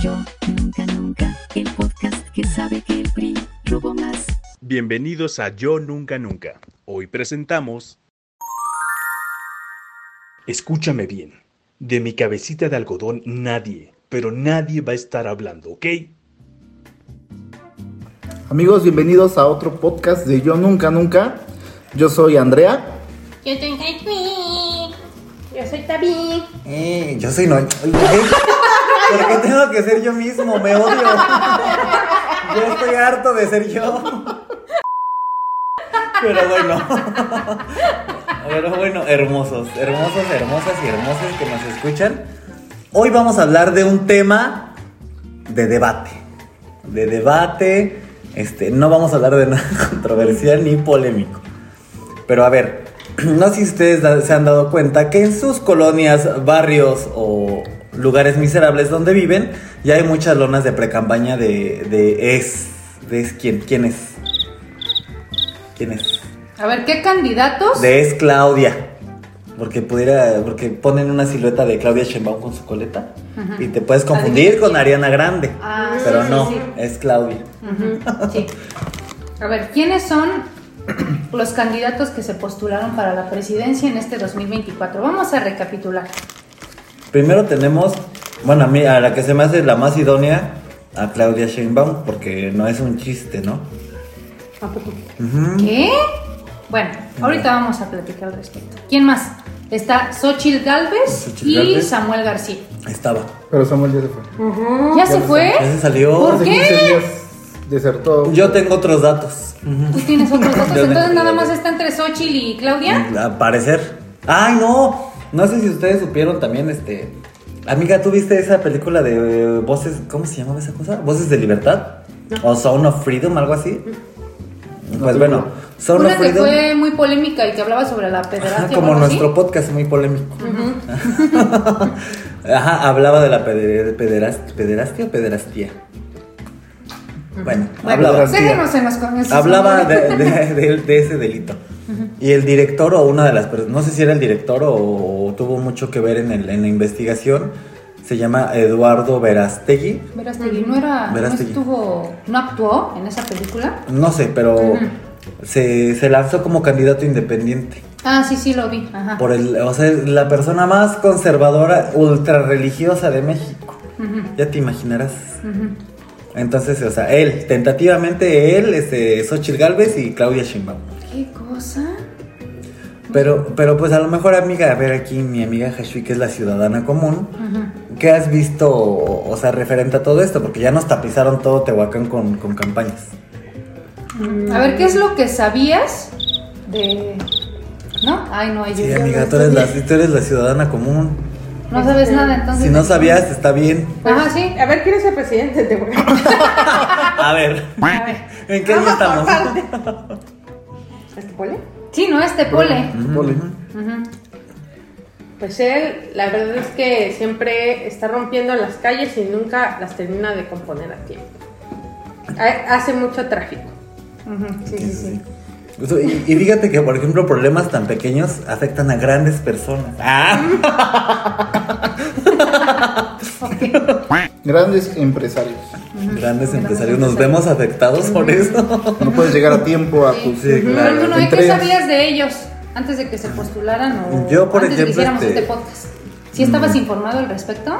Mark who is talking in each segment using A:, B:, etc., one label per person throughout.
A: Yo Nunca Nunca, el podcast que sabe que el PRI robó más.
B: Bienvenidos a Yo Nunca Nunca. Hoy presentamos... Escúchame bien. De mi cabecita de algodón nadie, pero nadie va a estar hablando, ¿ok?
C: Amigos, bienvenidos a otro podcast de Yo Nunca Nunca. Yo soy Andrea.
D: Yo soy Kaitwi. Yo soy Tabi.
E: Eh, yo soy no. Ay, güey. ¿Por qué tengo que ser yo mismo? Me odio. Yo estoy harto de ser yo. Pero bueno. Pero bueno, hermosos, hermosos, hermosas y hermosas que nos escuchan. Hoy vamos a hablar de un tema de debate. De debate. Este, no vamos a hablar de nada controversial ni polémico. Pero a ver, no sé si ustedes da- se han dado cuenta que en sus colonias, barrios o lugares miserables donde viven, ya hay muchas lonas de precampaña de, de es. ¿De es quién? ¿Quién es? ¿Quién es?
F: A ver, ¿qué candidatos?
E: De es Claudia. Porque pudiera, porque ponen una silueta de Claudia Sheinbaum con su coleta y te puedes confundir con Ariana Grande.
F: Ah,
E: pero
F: sí, sí,
E: no,
F: sí.
E: es Claudia.
F: Ujú, sí. A ver, ¿quiénes son los candidatos que se postularon para la presidencia en este 2024? Vamos a recapitular.
E: Primero tenemos, bueno, a mí, a la que se me hace la más idónea, a Claudia Sheinbaum, porque no es un chiste, ¿no? Ujú.
F: ¿Qué? Bueno, ahorita vamos a platicar al respecto. ¿Quién más? Está Xochitl Galvez
E: Xóchitl
F: y
E: Gálvez.
F: Samuel García.
E: Estaba.
C: Pero Samuel ya se fue.
F: ¿Ya se fue?
E: Ya se salió.
F: ¿Por
C: Hace
F: qué?
C: 15 días desertó.
E: Yo tengo otros datos,
F: Tú tienes otros datos.
E: Yo no-
F: Entonces nada más está entre Xochitl y Claudia.
E: al parecer. ¡Ay, no! No sé si ustedes supieron también, este... Amiga, ¿tú viste esa película de eh, Voces... ¿Cómo se llamaba esa cosa? ¿Voces de Libertad? ¿O Sound of Freedom? ¿Algo así? Pues bueno, Sound of
F: Una que
E: Freedom...
F: fue muy polémica y que hablaba sobre la
E: Ajá,
F: pedrastia.
E: como
F: ¿no? ¿Sí?
E: nuestro podcast muy polémico. Ajá, hablaba de la peder- pederast- pederastia o pederastía. Bueno,
F: Bueno, pues,
E: hablaba,
F: déjenos en los comentarios.
E: hablaba de, de- de- de ese delito. Y el director o una de las personas, no sé si era el director o, o tuvo mucho que ver en, el- en la investigación, se llama Eduardo Verastegui.
F: Verástegui no era,
E: Verástegui.
F: no estuvo, no actuó en esa película.
E: No sé, pero se, se lanzó como candidato independiente.
F: Ah, sí, sí, lo vi. Ajá.
E: por el, o sea, la persona más conservadora, ultra religiosa de México. Ya te imaginarás. Entonces, o sea, él, tentativamente él, este, Xochitl Galvez y Claudia Sheinbaum.
F: ¿Qué cosa?
E: Pero, pero pues a lo mejor, amiga, a ver aquí, mi amiga Hashui, que es la ciudadana común, ¿qué has visto, o o sea, referente a todo esto? Porque ya nos tapizaron todo Tehuacán con, con campañas.
F: A ver, ¿qué es lo que sabías de... ¿No? Ay, no, yo
E: Sí,
F: yo
E: amiga,
F: no
E: tú eres, la,
F: estudié.
E: tú eres la ciudadana común.
F: No sabes nada, entonces...
E: Si no sabías, está bien.
F: Ajá, sí.
G: A ver quién es el presidente de
E: A ver,
F: A ver.
E: ¿en qué año estamos?
G: ¿Este pole?
F: Sí, no, este pole.
C: Poli.
G: Pues él, la verdad es que siempre está rompiendo las calles y nunca las termina de componer a tiempo. Ha- Hace mucho tráfico.
F: Ujú, Sí, sí, sí.
E: Eso, Y, y fíjate que, por ejemplo, problemas tan pequeños afectan a grandes personas. Ah,
F: Ok.
C: Grandes empresarios.
E: grandes empresarios. Nos vemos afectados por eso.
C: No puedes llegar a tiempo a tus.
E: Sí,
F: Pero tú no, ¿y
C: entre
F: qué
C: ellas.
F: sabías de ellos antes de que se postularan o
E: Yo, por
F: antes de
E: ejemplo,
F: que hiciéramos
E: este-
F: este podcast? ¿Sí estabas informado al respecto?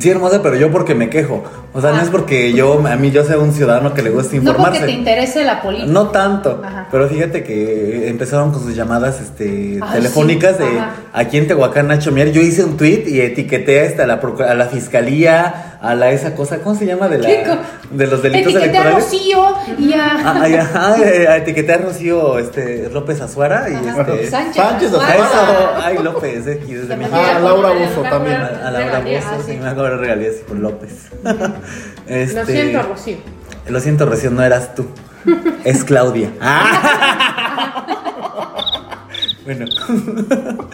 E: Sí, hermosa, pero yo porque me quejo. O sea, no
F: Ah.
E: es porque yo, a mí yo sea un ciudadano que le gusta
F: No porque te
E: informarse.
F: interese la política.
E: No tanto,
F: Ajá.
E: pero fíjate que empezaron con sus llamadas este,
F: Ay,
E: telefónicas
F: sí,
E: de
F: ajá.
E: aquí en Tehuacán, Nacho Mier. Yo hice un tweet y etiqueté hasta la, procu- a la fiscalía, a la esa cosa, ¿cómo se llama? De, la-
F: Chico.
E: de los delitos
F: Etiqueté a
E: electorales.
F: Rocío y a
E: Ah, ay, ajá, eh, a etiquetar a Rocío este, López Azuara y este.
F: Sánchez.
C: Sánchez
E: A
F: Azuara.
E: eso, ay, López, eh, y desde México.
C: Ah, Laura Bozo
E: A,
C: también.
E: a Laura Bozo, sí, me acuerdo de regalías con López. Este,
G: Lo siento, Rocío.
E: Lo siento, Rocío, no eras tú. Es Claudia. Ah. Bueno.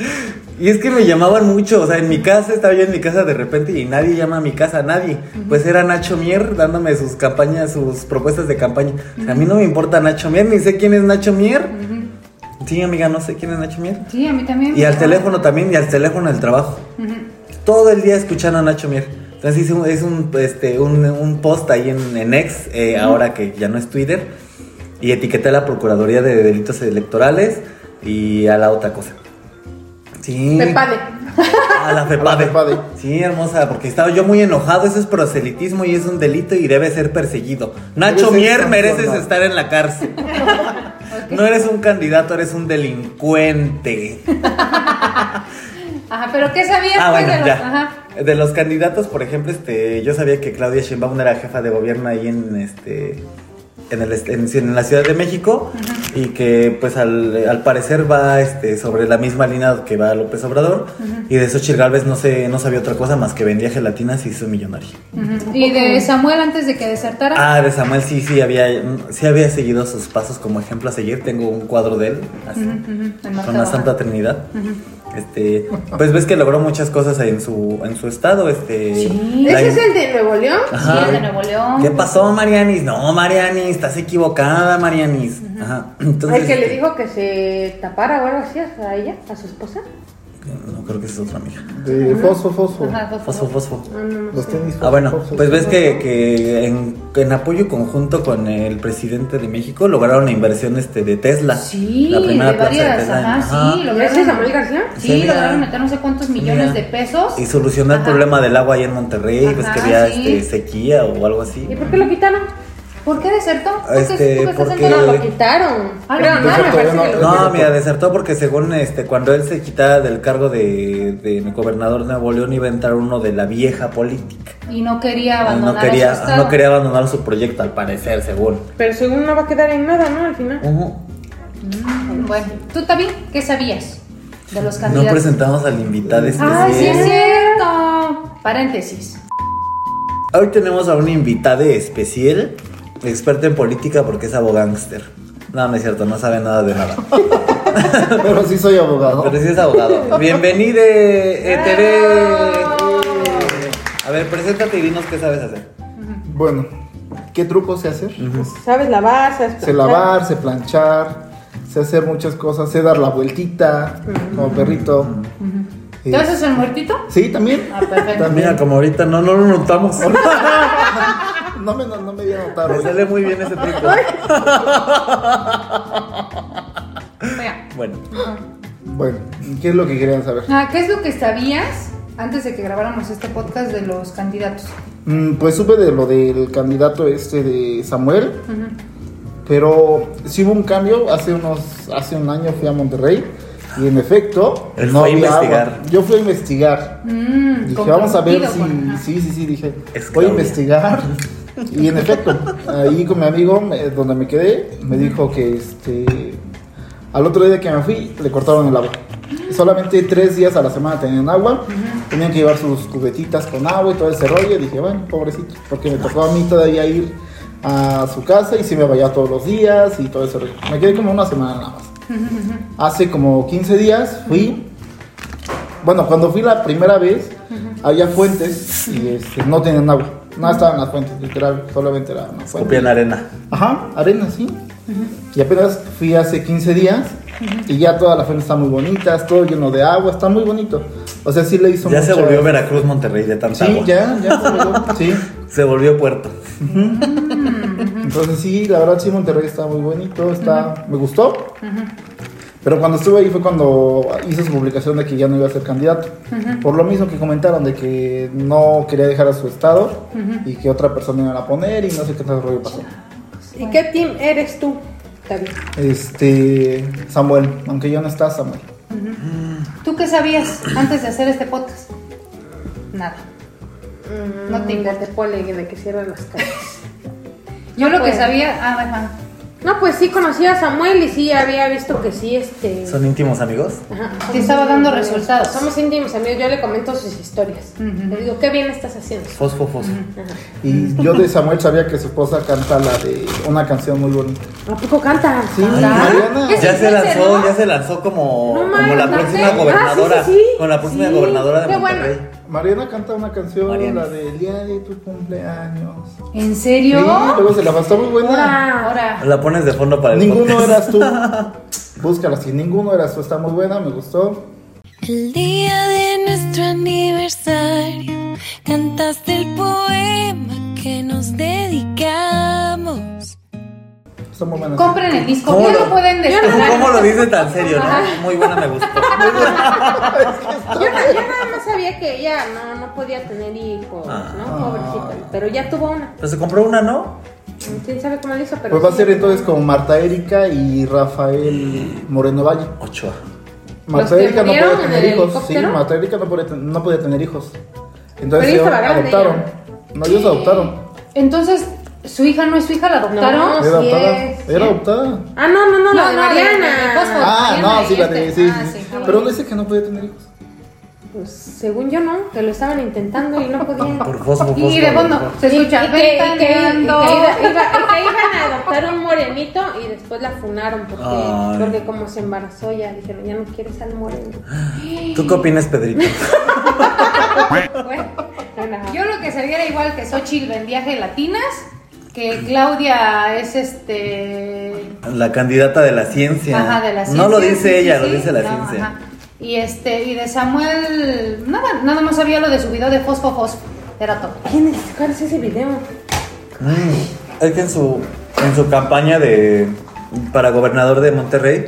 E: Y es que me llamaban mucho, o sea, en mi casa, estaba yo en mi casa de repente y nadie llama a mi casa, nadie. Pues era Nacho Mier dándome sus campañas, sus propuestas de campaña. O sea, a mí no me importa Nacho Mier, ni sé quién es Nacho Mier. Sí, amiga, no sé quién es Nacho Mier.
F: Sí, a mí también.
E: Y al teléfono también, y al teléfono del trabajo. Todo el día escuchando a Nacho Mier. Entonces hice un, es un, este, un, un post ahí en, en X, eh, ahora que ya no es Twitter, y etiqueté a la Procuraduría de Delitos Electorales y a la otra cosa. Sí.
G: Pepade.
E: A la FEPADE.
C: A la FEPADE.
E: Sí, hermosa, porque estaba yo muy enojado. Eso es proselitismo y es un delito y debe ser perseguido. Nacho
C: ser
E: Mier, mereces
C: sancionado.
E: estar en la cárcel. No eres un candidato, eres un delincuente.
F: Ajá, pero ¿qué sabías
E: Ah,
F: pues,
E: bueno,
F: de los- Ajá.
E: ya. De los candidatos, por ejemplo, este, yo sabía que Claudia Sheinbaum era jefa de gobierno ahí en este en, el, est- en, en la Ciudad de México y que pues al, al parecer va este, sobre la misma línea que va López Obrador y de Xochitl Galvez no sé, no sabía otra cosa más que vendía gelatinas y hizo millonaria.
F: Ujú. Y de Samuel antes de que desertara.
E: Ah, de Samuel sí, sí había, sí había seguido sus pasos como ejemplo a seguir. Tengo un cuadro de él así,
F: ujú, enmarcado,
E: con la Santa
F: ajá.
E: Trinidad. Este, pues ves que logró muchas cosas ahí en su, en su estado, este.
F: Sí.
E: la
G: ¿Ese es
E: in-
G: el de Nuevo León?
E: Ajá.
F: Sí, el de Nuevo León.
E: ¿Qué pasó, Marianis? No, Marianis, estás equivocada, Marianis. Ajá. Entonces,
G: el que le
E: este,
G: dijo que se tapara o algo así a ella, a su esposa.
E: este, No creo que esa es otra amiga.
C: De fosfo, fosfo.
F: Ajá, por
E: Fosfo,
F: favor.
E: fosfo.
C: Los tenis
E: Ah, bueno,
C: fosfo,
E: pues
C: fosfo,
E: ves que,
C: fosfo.
E: que en, en apoyo conjunto con el presidente de México lograron la inversión este, de Tesla.
F: Sí,
E: la primera
F: de
E: plaza de
F: varias,
E: Tesla. en-
F: ajá, sí,
E: ajá.
F: lo
G: ¿Ese es Samuel García?
F: Sí,
E: Sí, mira.
F: lograron meter no sé cuántos
E: Mira.
F: millones de pesos.
E: Y solucionó el
F: Ajá.
E: problema del agua ahí en Monterrey, pues que
F: Ajá,
E: había
F: sí.
E: este, sequía o algo así.
G: ¿Y por qué lo quitaron?
F: ¿Por qué desertó? ¿Por qué-
E: Este,
F: por qué estás
E: porque-
F: en
G: No,
F: la-
G: lo quitaron.
F: Ah,
G: Creo,
F: lo
G: ¿no?
F: quitaron.
G: Me parece
C: Todavía
G: que lo-
E: No,
C: Desertó.
E: mira, desertó porque según este, cuando él se quitara del cargo de, de gobernador de Nuevo León iba a entrar uno de la vieja política.
F: Y no quería abandonar
E: no
F: su
E: quería,
F: estado.
E: no quería abandonar su proyecto al parecer, según.
G: Pero según no va a quedar en nada, ¿no? Al final.
E: Ujú.
F: Mm, Bueno, tú también, ¿qué sabías de los
E: No
F: candidatos?
E: presentamos al invitado
F: Ay, sí es
E: especial.
F: cierto. Paréntesis.
E: Hoy tenemos a un invitado especial, experto en política porque es abogado gángster. No, no es cierto, no sabe nada de nada.
C: Pero sí soy abogado.
E: Pero sí es abogado. Bienvenido, ETV. A ver, preséntate y dinos qué sabes hacer.
C: Bueno, ¿qué truco sé hacer? Pues,
G: Sabes lavar, sabes
C: Sé lavar, sé planchar, sé hacer muchas cosas, sé dar la vueltita como perrito. Eh,
F: ¿Te haces el muertito?
C: Sí, también.
F: Ah, perfecto.
E: Mira,
C: También.
E: como ahorita no, no lo notamos.
C: No me, ¿eh? no, no me voy a notar
E: Me
C: hoy.
E: sale muy bien ese truco.
F: Mira.
E: Bueno,
C: Bueno, ¿qué es lo que querían saber?
F: Ah, ¿Qué es lo que sabías antes de que grabáramos este podcast de los candidatos?
C: Mm, Pues supe de lo del candidato este de Samuel, pero sí hubo un cambio. Hace unos, hace un año fui a Monterrey y en efecto
E: Él fue a
C: había agua.
E: investigar.
C: Yo fui a investigar.
F: Mm,
C: Dije, vamos a ver si.
F: comprometido con- ajá.
C: Sí, sí, sí, dije,
E: Es
C: voy a
E: Claudia.
C: investigar. Y en efecto, ahí con mi amigo, me- donde me quedé, me dijo que este. Al otro día que me fui, le cortaron el agua. Solamente tres días a la semana tenían agua. Tenían que llevar sus cubetitas con agua y todo ese rollo. Y dije, bueno, pobrecito, porque me tocó a mí todavía ir a su casa y sí me vaya todos los días y todo ese rollo. Me quedé como una semana nada más. Hace como 15 días fui. Bueno, cuando fui la primera vez, había fuentes y este, no tenían agua. No estaban las fuentes, literal, solamente era una fuente.
E: copian arena.
C: Ajá, arena, sí. Y apenas fui hace 15 días y ya toda la fuente está muy bonita, es todo lleno de agua, está muy bonito. O sea, sí le hizo
E: Ya se
C: mucha-
E: volvió Veracruz, Monterrey de tanta
C: Sí,
E: agua.
C: ya, ya se volvió, sí.
E: Se volvió puerto.
C: Entonces sí, la verdad sí Monterrey está muy bonito, está, me gustó. Pero cuando estuve ahí fue cuando hizo su publicación de que ya no iba a ser candidato. Por lo mismo que comentaron de que no quería dejar a su estado y que otra persona iba a poner y no sé qué tal rollo pasó.
G: ¿Y qué team eres tú, David?
C: Este, Samuel, aunque ya no está Samuel.
F: ¿Tú qué sabías antes de hacer este podcast? Nada.
G: Mm, No
F: No
C: Mm.
G: te
F: te
G: importa, ponle de que cierran las calles.
F: Yo lo
C: pues.
G: Bueno.
F: que sabía. Ah, ajá.
G: No, pues sí conocía a Samuel y sí había visto que sí, este.
E: ¿Son íntimos amigos?
G: Ajá,
F: Te
G: somos
F: estaba dando
G: amigos.
F: resultados.
G: Somos íntimos amigos, yo le comento sus historias. Le digo, qué bien estás haciendo.
E: Fosfo, fosfo.
C: Y yo de Samuel sabía que su esposa canta la de una canción muy bonita.
G: ¿A poco canta?
C: Sí,
F: ¿Ah?
C: Mariana.
F: ¿Qué
E: Ya se
F: influencer,
E: lanzó,
F: ¿no?
E: ya se lanzó como,
G: No
E: como
G: mames,
E: la
G: ¿la
E: próxima
G: sé?
E: gobernadora.
G: Ah, sí, sí, sí.
E: Con la próxima
G: Sí,
E: gobernadora de
G: qué bueno.
E: Monterrey.
C: Mariana canta una canción,
E: Mariana.
C: la de El día de tu cumpleaños.
F: ¿En
C: Sí,
F: serio?
C: luego se la pasó muy buena.
F: Ahora.
E: La pones de fondo para el
C: Ninguno
E: podcast.
C: eras tú. Búscala, si ninguno eras tú, está muy buena, me gustó.
H: El día de nuestro aniversario cantaste el poema que nos dedicamos.
C: Son muy buenas.
F: Compren el disco.
E: ¿Cómo
F: Ya
E: lo-
F: lo pueden descargar.
E: ¿Cómo lo dice tan serio, no? Muy buena, me gustó.
G: Yo, na- yo nada más sabía que ella no, no podía tener hijos,
C: Ah.
G: ¿no? Pobrecita. Pero ya tuvo una.
E: Pero se compró una, ¿no?
G: ¿Quién sabe cómo lo hizo? Pero
C: Pues va a
G: sí.
C: ser entonces con Marta Erika y Rafael Moreno Valle.
E: Ochoa.
C: Marta
G: ¿Los que
C: Erika no
G: murieron
C: podía tener
G: en el
C: hijos. Sí,
G: helicóptero?
C: Marta Erika no podía, ten- no podía tener hijos. Entonces
G: Pero ella
C: ellos
G: estaba grande,
C: adoptaron. No, ellos
F: Sí.
C: adoptaron.
F: Entonces, su hija no es su hija, la adoptaron.
G: No,
C: Era
G: sí
C: adoptada.
G: es,
C: Era adoptada.
G: Ah, no, no, no, la de
F: de- de
G: Mariana.
F: Cosmo.
C: Ah,
F: Mariana
C: no, sí,
F: y
C: la de.
F: este.
C: Sí,
F: Ah,
C: sí.
F: sí, claro.
C: Pero no dice que no podía tener hijos.
G: Pues, según yo no, que lo estaban intentando y no podían.
E: Por fosfo,
F: Y de fondo se escucha.
G: Y que, y que- y que
F: "Ventaneando".
G: iba- iba- y que iban a adoptar un morenito y después la funaron porque,
E: Ay.
G: porque como se embarazó ya dijeron, ya no quieres al moreno.
E: ¿Tú qué opinas, Pedrito?
G: Bueno, no, no.
F: Yo lo que sabía era igual que Xochitl vendía gelatinas, que Claudia es este.
E: La candidata de la ciencia.
F: Ajá, de la ciencia.
E: No lo dice
F: sí, sí,
E: ella,
F: sí.
E: lo dice la
F: No,
E: ciencia.
F: ajá. Y este, y de Samuel, nada, nada más sabía lo de su video de Fosfo Fosfo. Era todo.
G: ¿Quién es? ¿Cuál es ese video?
E: Mm, Es que en su, en su campaña de para gobernador de Monterrey,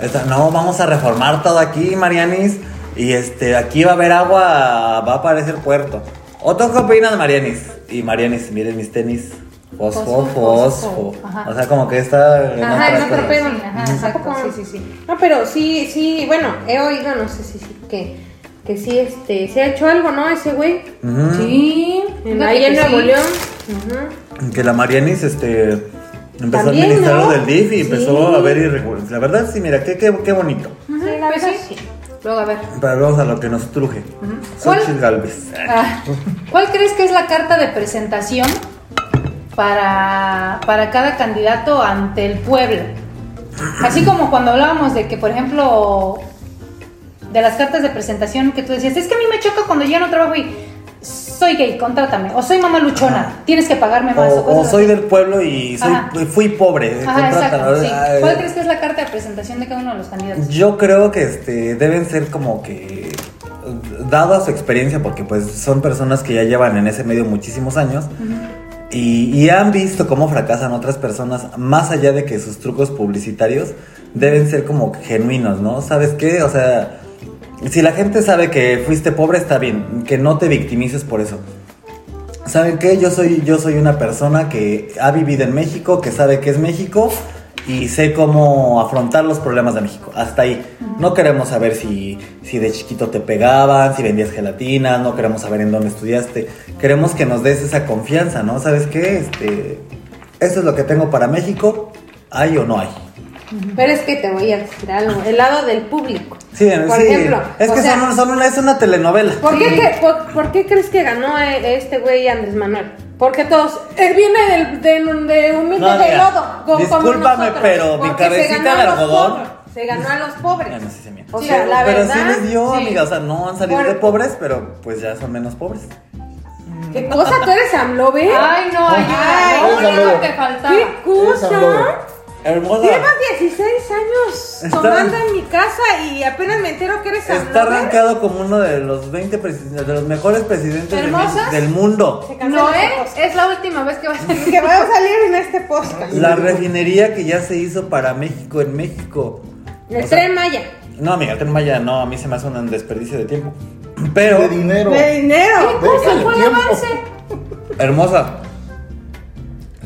E: está, no, vamos a reformar todo aquí, Marianis, y este, aquí va a haber agua, va a aparecer puerto. ¿O tú qué opinas, Marianis? Y Marianis, miren mis tenis, fosfo,
F: Fosfo,
E: fosfo.
F: fosfo, ajá.
E: O sea, como que está... en
G: Ajá,
E: otras
G: es otro
E: cosas.
G: pedo.
F: Ajá, exacto,
G: Tampoco-
F: sí, sí, sí.
G: No, pero sí, sí, bueno, he oído, no sé si sí, que, que sí, este, se ha hecho algo, ¿no? Ese güey.
E: Ujú.
F: Sí.
G: En-
F: fíjate
G: Ahí
F: que
G: en Nuevo
F: sí.
G: León. Ajá.
E: Que la Marianis, este, empezó a
G: También,
E: administrar lo
G: ¿no?
E: del DIF y empezó
G: Sí.
E: a ver irregularidades. La verdad, sí, mira, qué, qué, qué bonito.
G: Sí, la
F: Pues
G: verdad,
F: sí.
G: sí.
F: Luego, a ver.
E: Pero vamos a lo que nos truje.
F: ¿Cuál-
E: Xochitl Galvez.
F: Ah, ¿Cuál crees que es la carta de presentación para, para cada candidato ante el pueblo? Así como cuando hablábamos de que, por ejemplo, de las cartas de presentación que tú decías, es que a mí me choca cuando yo no trabajo y soy gay, contrátame, o soy mamá luchona, tienes que pagarme
E: O,
F: más.
E: o
F: cosas
E: soy
F: así.
E: del pueblo y soy,
F: Ajá.
E: fui pobre.
F: Ajá, exacto,
E: Contrátalo.
F: sí.
E: Ay,
F: ¿Cuál crees que es la carta de presentación de cada uno de los candidatos?
E: ah, eh. Yo creo que este, deben ser como que, dado a su experiencia, porque pues son personas que ya llevan en ese medio muchísimos años, y, y han visto cómo fracasan otras personas, más allá de que sus trucos publicitarios deben ser como genuinos, ¿no? ¿Sabes qué? O sea, si la gente sabe que fuiste pobre, está bien, que no te victimices por eso. ¿Saben qué? Yo soy, yo soy una persona que ha vivido en México, que sabe qué es México y sé cómo afrontar los problemas de México. Hasta ahí. No queremos saber si, si de chiquito te pegaban, si vendías gelatinas, no queremos saber en dónde estudiaste. Queremos que nos des esa confianza, ¿no? ¿Sabes qué? Este, esto es lo que tengo para México, hay o no hay.
G: Pero es que te voy a decir algo, el lado del público.
E: Sí,
G: Por
E: sí.
G: ejemplo,
E: es
G: o
E: que
G: sea,
E: son, un- son una, es una telenovela.
G: ¿por, qué cre- por- por qué crees que ganó eh, este güey Andrés Manuel? Porque todos, él viene del, del- de humilde
E: No,
G: de
E: mira,
G: lodo. co- como
E: discúlpame,
G: nosotros,
E: pero mi
G: porque se
E: cabecita
G: ganó a
E: de
G: los
E: algodón.
G: pobres, Se ganó a los pobres.
E: Ya no sé si se mira.
G: O sea,
E: pero,
G: la
E: pero
G: verdad,
E: sí les dio,
G: sí.
E: amiga. O sea, no han salido
G: Por-
E: de pobres, pero pues ya son menos pobres.
G: ¿Qué cosa tú eres Amlobe?
F: Ay, no,
G: Ay,
F: ayuda,
C: no,
F: lo único
C: no.
F: que faltaba.
G: ¿Qué cosa?
E: Hermosa.
G: Llevas 16 años
E: Está-
G: tomando en mi casa y apenas me entero que eres
E: Está
G: Amlobe.
E: arrancado como uno de los 20 presi- de los mejores presidentes de
F: ¿Hermosas?
E: Mex- del mundo.
G: Se cancela
F: Noé
G: este podcast.
F: es la última vez que vas a
G: que va a salir en este podcast.
E: La refinería que ya se hizo para México en México.
G: El
E: O sea,
G: tren Maya.
E: No, amiga, el tren Maya no, a mí se me hace un desperdicio de tiempo. Pero,
C: De dinero.
G: De dinero.
C: Deja el
F: fue el
C: tiempo.
F: avance?
E: hermosa.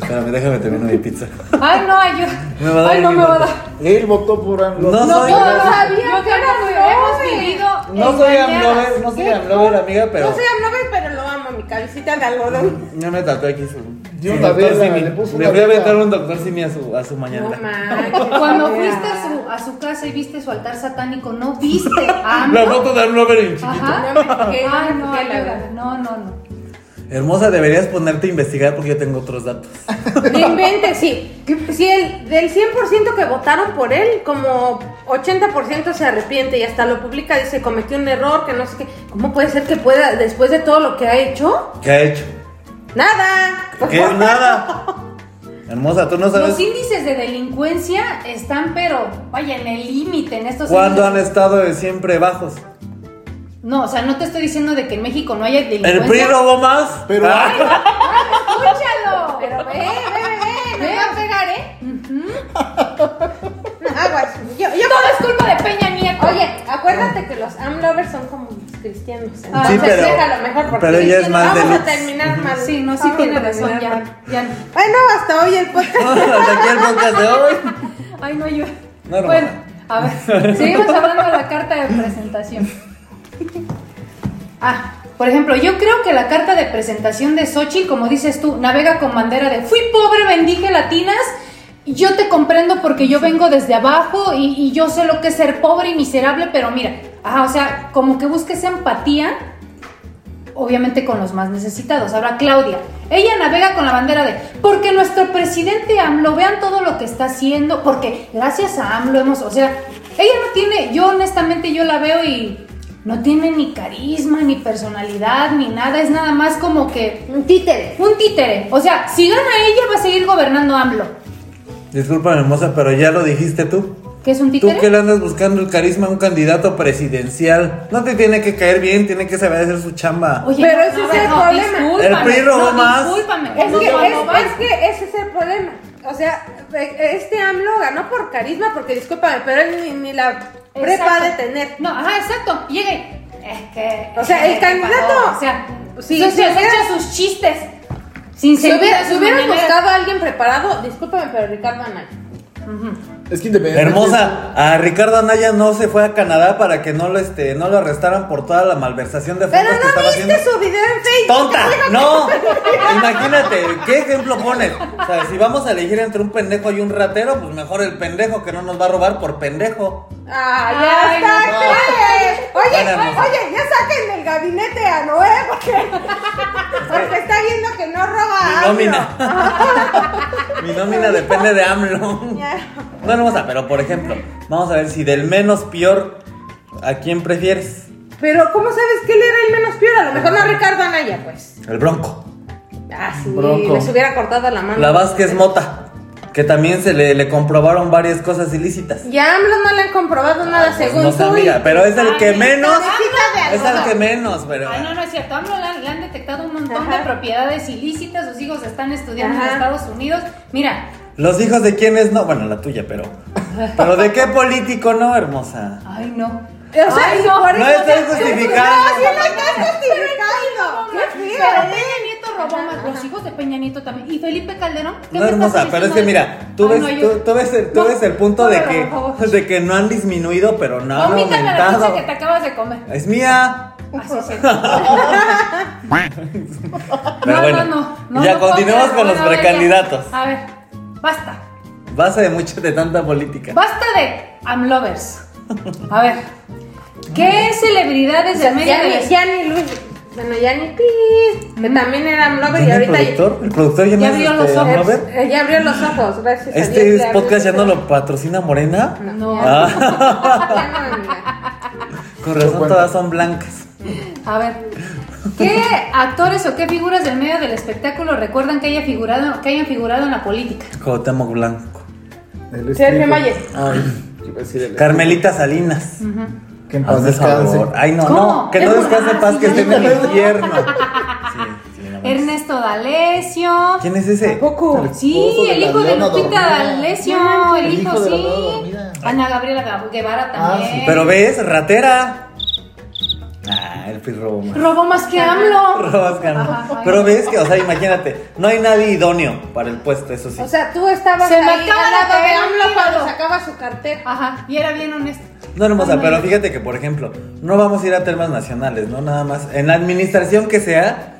E: Espérame, déjame terminar mi pizza.
F: Ay, no, ayuda.
E: Me va a dar
F: Ay, no
E: mi
F: me va a
E: voto.
F: dar.
C: Él votó por AMLO.
E: No,
F: No,
E: soy-
F: yo
E: no
F: no sabía
G: sabía
F: que
G: que era
F: hemos
G: joven.
F: vivido.
E: No soy
F: engañadas.
E: Amlover, no soy Amlover, amiga, pero.
G: No soy Amlobe, pero lo amo, mi cabecita de algodón.
E: No me tatué aquí su.
C: Dio
E: su
C: una
E: doctor
C: vela,
E: Simi.
C: le puso
E: Le
C: una
E: voy a
C: vela.
E: aventar un doctor Simi a su, a su mañana.
G: manches.
F: Cuando
G: mira.
F: fuiste a su, a su casa y viste su altar satánico, no viste a
E: La
F: AMLO.
E: foto de Amlover en chiquito.
F: Ajá.
G: No me fijé, no
F: Ay,
G: me
F: no,
G: fijé, la
F: ayuda.
G: verdad.
F: No, no, no.
E: Hermosa, deberías ponerte a investigar porque yo tengo otros datos.
G: No inventes, sí. Si el, del 100% que votaron por él, como 80% se arrepiente y hasta lo publica, dice, cometí un error, que no sé qué. ¿Cómo puede ser que pueda, después de todo lo que ha hecho?
E: ¿Qué ha hecho?
G: Nada. Eh,
E: ¿Qué? Nada. Hermosa, tú no sabes
F: Los índices de delincuencia están, pero vaya, en el límite en estos
E: cuándo han
F: años.
E: estado de siempre bajos.
F: No, o sea, no te estoy diciendo de que en México no haya delincuencia.
E: El PRI robó más.
C: Pero-
E: Ah,
G: ¡Escúchalo! Pero ve, ve, ve,
F: Ve.
G: ve. eh, Me va a pegar, ¿eh? Aguas. Yo, yo
F: Todo es culpa de Peña Nieto.
G: Oye, acuérdate que los amlovers son como los cristianos.
F: Ah,
G: Entonces
E: pero-
G: déjalo mejor porque
E: pero ya es
G: cristiano-
E: más
G: vamos
E: deluxe.
G: a terminar mal.
F: Sí, no, sí
G: Vamos
F: tiene
G: a terminar
F: razón,
G: mal.
F: ya, ya.
G: Bueno, hasta hoy el podcast.
E: Hasta aquí el podcast de hoy.
F: Ay, no, yo.
E: No, hermana.
F: bueno, a ver, seguimos hablando de la carta de presentación. Ah, por ejemplo, yo creo que la carta de presentación de Xochitl, como dices tú, navega con bandera de fui pobre, bendije latinas. y Yo te comprendo porque yo vengo desde abajo y, y yo sé lo que es ser pobre y miserable, pero mira, ajá, o sea, como que busques empatía obviamente con los más necesitados. Ahora Claudia, ella navega con la bandera de porque nuestro presidente AMLO, vean todo lo que está haciendo, porque gracias a AMLO hemos, o sea, ella no tiene, yo honestamente yo la veo y no tiene ni carisma, ni personalidad, ni nada, es nada más como que
G: Un títere.
F: un títere. O sea, si gana ella va a seguir gobernando AMLO,
E: Disculpa, hermosa, pero ya lo dijiste tú.
F: que es un
E: Tú
F: títere.
E: que le andas buscando el carisma a un candidato presidencial. No te tiene que caer bien, tiene que saber hacer su chamba.
F: Oye,
G: Pero ese es el problema.
E: El PRI robó más.
F: Discúlpame.
G: Es,
F: No,
G: que,
F: no, no,
G: es,
F: vas.
G: es que ese es el problema. O sea, eh, este AMLO ganó por carisma porque, discúlpame, pero él ni, ni la prepa ha de
F: Exacto.
G: tener.
F: No, ajá, exacto. Llega y. Es que.
G: O
F: es
G: sea,
F: que te
G: el candidato.
F: pagó, O sea,
G: Sí,
F: se,
G: sí,
F: se
G: hubiera-
F: echa sus chistes. Sin
G: Si hubiera,
F: sentido,
G: si
F: sus
G: hubieran
F: mañaneras.
G: buscado a alguien preparado, discúlpame, pero Ricardo Anaya.
C: Es que independientemente.
E: Hermosa, a Ricardo Anaya no se fue a Canadá para que no lo, este, no lo arrestaran por toda la malversación de fondos
G: Pero
E: que
G: no
E: estaba
G: viste
E: haciendo.
G: su video en Facebook.
E: ¡Tonta! ¡No! Imagínate, ¿qué ejemplo pones? O sea, si vamos a elegir entre un pendejo y un ratero, pues mejor el pendejo que no nos va a robar por pendejo.
G: Ah, ya
F: Ay,
G: está.
E: no.
G: ¿qué? Oye,
E: Bueno, hermosa.
G: oye, ya saquen del gabinete a Noé porque, porque está viendo que no roba
E: Mi
G: AMLO.
E: nómina. Mi nómina depende de AMLO.
G: Ya.
E: No, hermosa, pero por ejemplo, vamos a ver si del menos peor, ¿a quién prefieres?
G: Pero, ¿cómo sabes que él era el menos peor? A lo mejor no Ricardo Anaya, pues.
E: El Bronco.
G: Ah, sí,
C: Bronco.
G: les hubiera cortado la mano.
E: La Vázquez Mota, que también se le, le comprobaron varias cosas ilícitas.
G: Ya AMLO no le han comprobado nada,
E: Pues
G: según
E: no sé,
G: tú. y-
E: amiga, pero es el que menos.
G: Cabecita de
E: Es el
G: algodón.
E: que menos, pero.
F: Ay, Ah, no, no es cierto. AMLO le han, le han detectado un montón
G: Ajá.
F: de propiedades ilícitas. Sus hijos están estudiando en
G: Ajá.
F: Estados Unidos. Mira.
E: Los hijos de quiénes no. Bueno, la tuya, pero. Pero de qué político no, hermosa.
F: Ay, no.
G: O sea,
F: Ay,
G: y por
E: No
G: eso-
E: estoy
G: No, sí
E: justificando.
G: lo estás justificando.
F: Pero
G: Qué feo,
F: Peña
G: ¿eh?
F: Nieto robó más. Los hijos de Peña Nieto también. Y Felipe Calderón. ¿Qué
E: No,
F: me estás
E: hermosa, pero es que
F: diciendo?
E: mira, tú
F: Ay,
E: ves,
F: no, yo-
E: tú, tú ves el, tú
F: No,
E: ves el punto de,
F: cómpralo, por
E: que,
F: favor.
E: de que no han disminuido, pero no han
F: Vomítame la
E: aumentado.
F: leche que te acabas de comer.
E: Es mía.
F: Así es cierto.
E: Pero
F: no,
E: bueno,
F: no, no, no.
E: ya
F: no puedo
E: continuamos
F: creer.
E: con los
F: Bueno, a ver, ya.
E: precandidatos.
F: A ver, basta.
E: Basta de mucha de tanta política.
F: Basta de Amlovers. A ver, ¿qué celebridades del medio
G: Ya
F: del
G: ni,
F: espectro?
G: ya ni Luis. Bueno, ya ni Pis. que También era Lover y
E: ¿Tiene
G: ahorita.
E: el productor? El productor ya, no
F: ya
E: es,
F: abrió
E: este,
F: los ojos.
E: ¿no? A ver.
G: Eh, ya abrió los ojos, gracias a
E: Este
G: Dios,
E: es
G: le abrió
E: podcast ya no
G: los ojos.
E: lo patrocina Morena.
F: No.
E: Ah,
G: Ya no, amiga.
E: con razón todas son blancas.
F: A ver, ¿qué actores o qué figuras del medio del espectáculo recuerdan que, haya figurado, que hayan figurado en la política?
E: Cuauhtémoc Blanco.
C: El
G: Sergio
E: Este,
C: estilo.
G: Mayer.
E: pues,
C: Ay, iba a decir el-
E: Carmelita Salinas.
C: Que en paz
E: Hazme
C: descanse.
E: favor. Ay, no,
F: ¿Cómo?
E: no. Que no
F: Es-
E: descanse en
F: ah,
E: paz,
F: sí,
E: que
F: ya
E: esté en el
C: me-
E: infierno. Sí, sí, no mames.
F: Ernesto D'Alessio.
E: ¿Quién es ese?
G: Poco.
F: Sí,
C: esposo de
F: el
C: la
F: hijo de
C: Leona
F: Lupita
C: dormida.
F: D'Alessio, el
C: El
F: hijo,
C: hijo de la
F: sí.
C: Leona dormida.
F: Ana Gabriela Gab- Guevara
C: Ah, sí.
F: también.
E: Pero ves, ratera. Ah, el PRI robó más.
F: Robó más que AMLO.
E: Robas ganó.
F: Ajá.
E: Pero ves que, o sea, imagínate, no hay nadie idóneo para el puesto, eso sí.
G: O sea, tú estabas
F: Se me
G: ahí
F: acaba
G: al
F: de
G: lado de
F: caer
G: AMLO
F: un
G: cuando
F: hígado.
G: sacaba su cartera.
F: Ajá, y era bien honesto.
E: No, hermosa,
F: Ándale.
E: pero fíjate que, por ejemplo, no vamos a ir a temas nacionales, ¿no? Nada más. En la administración que sea,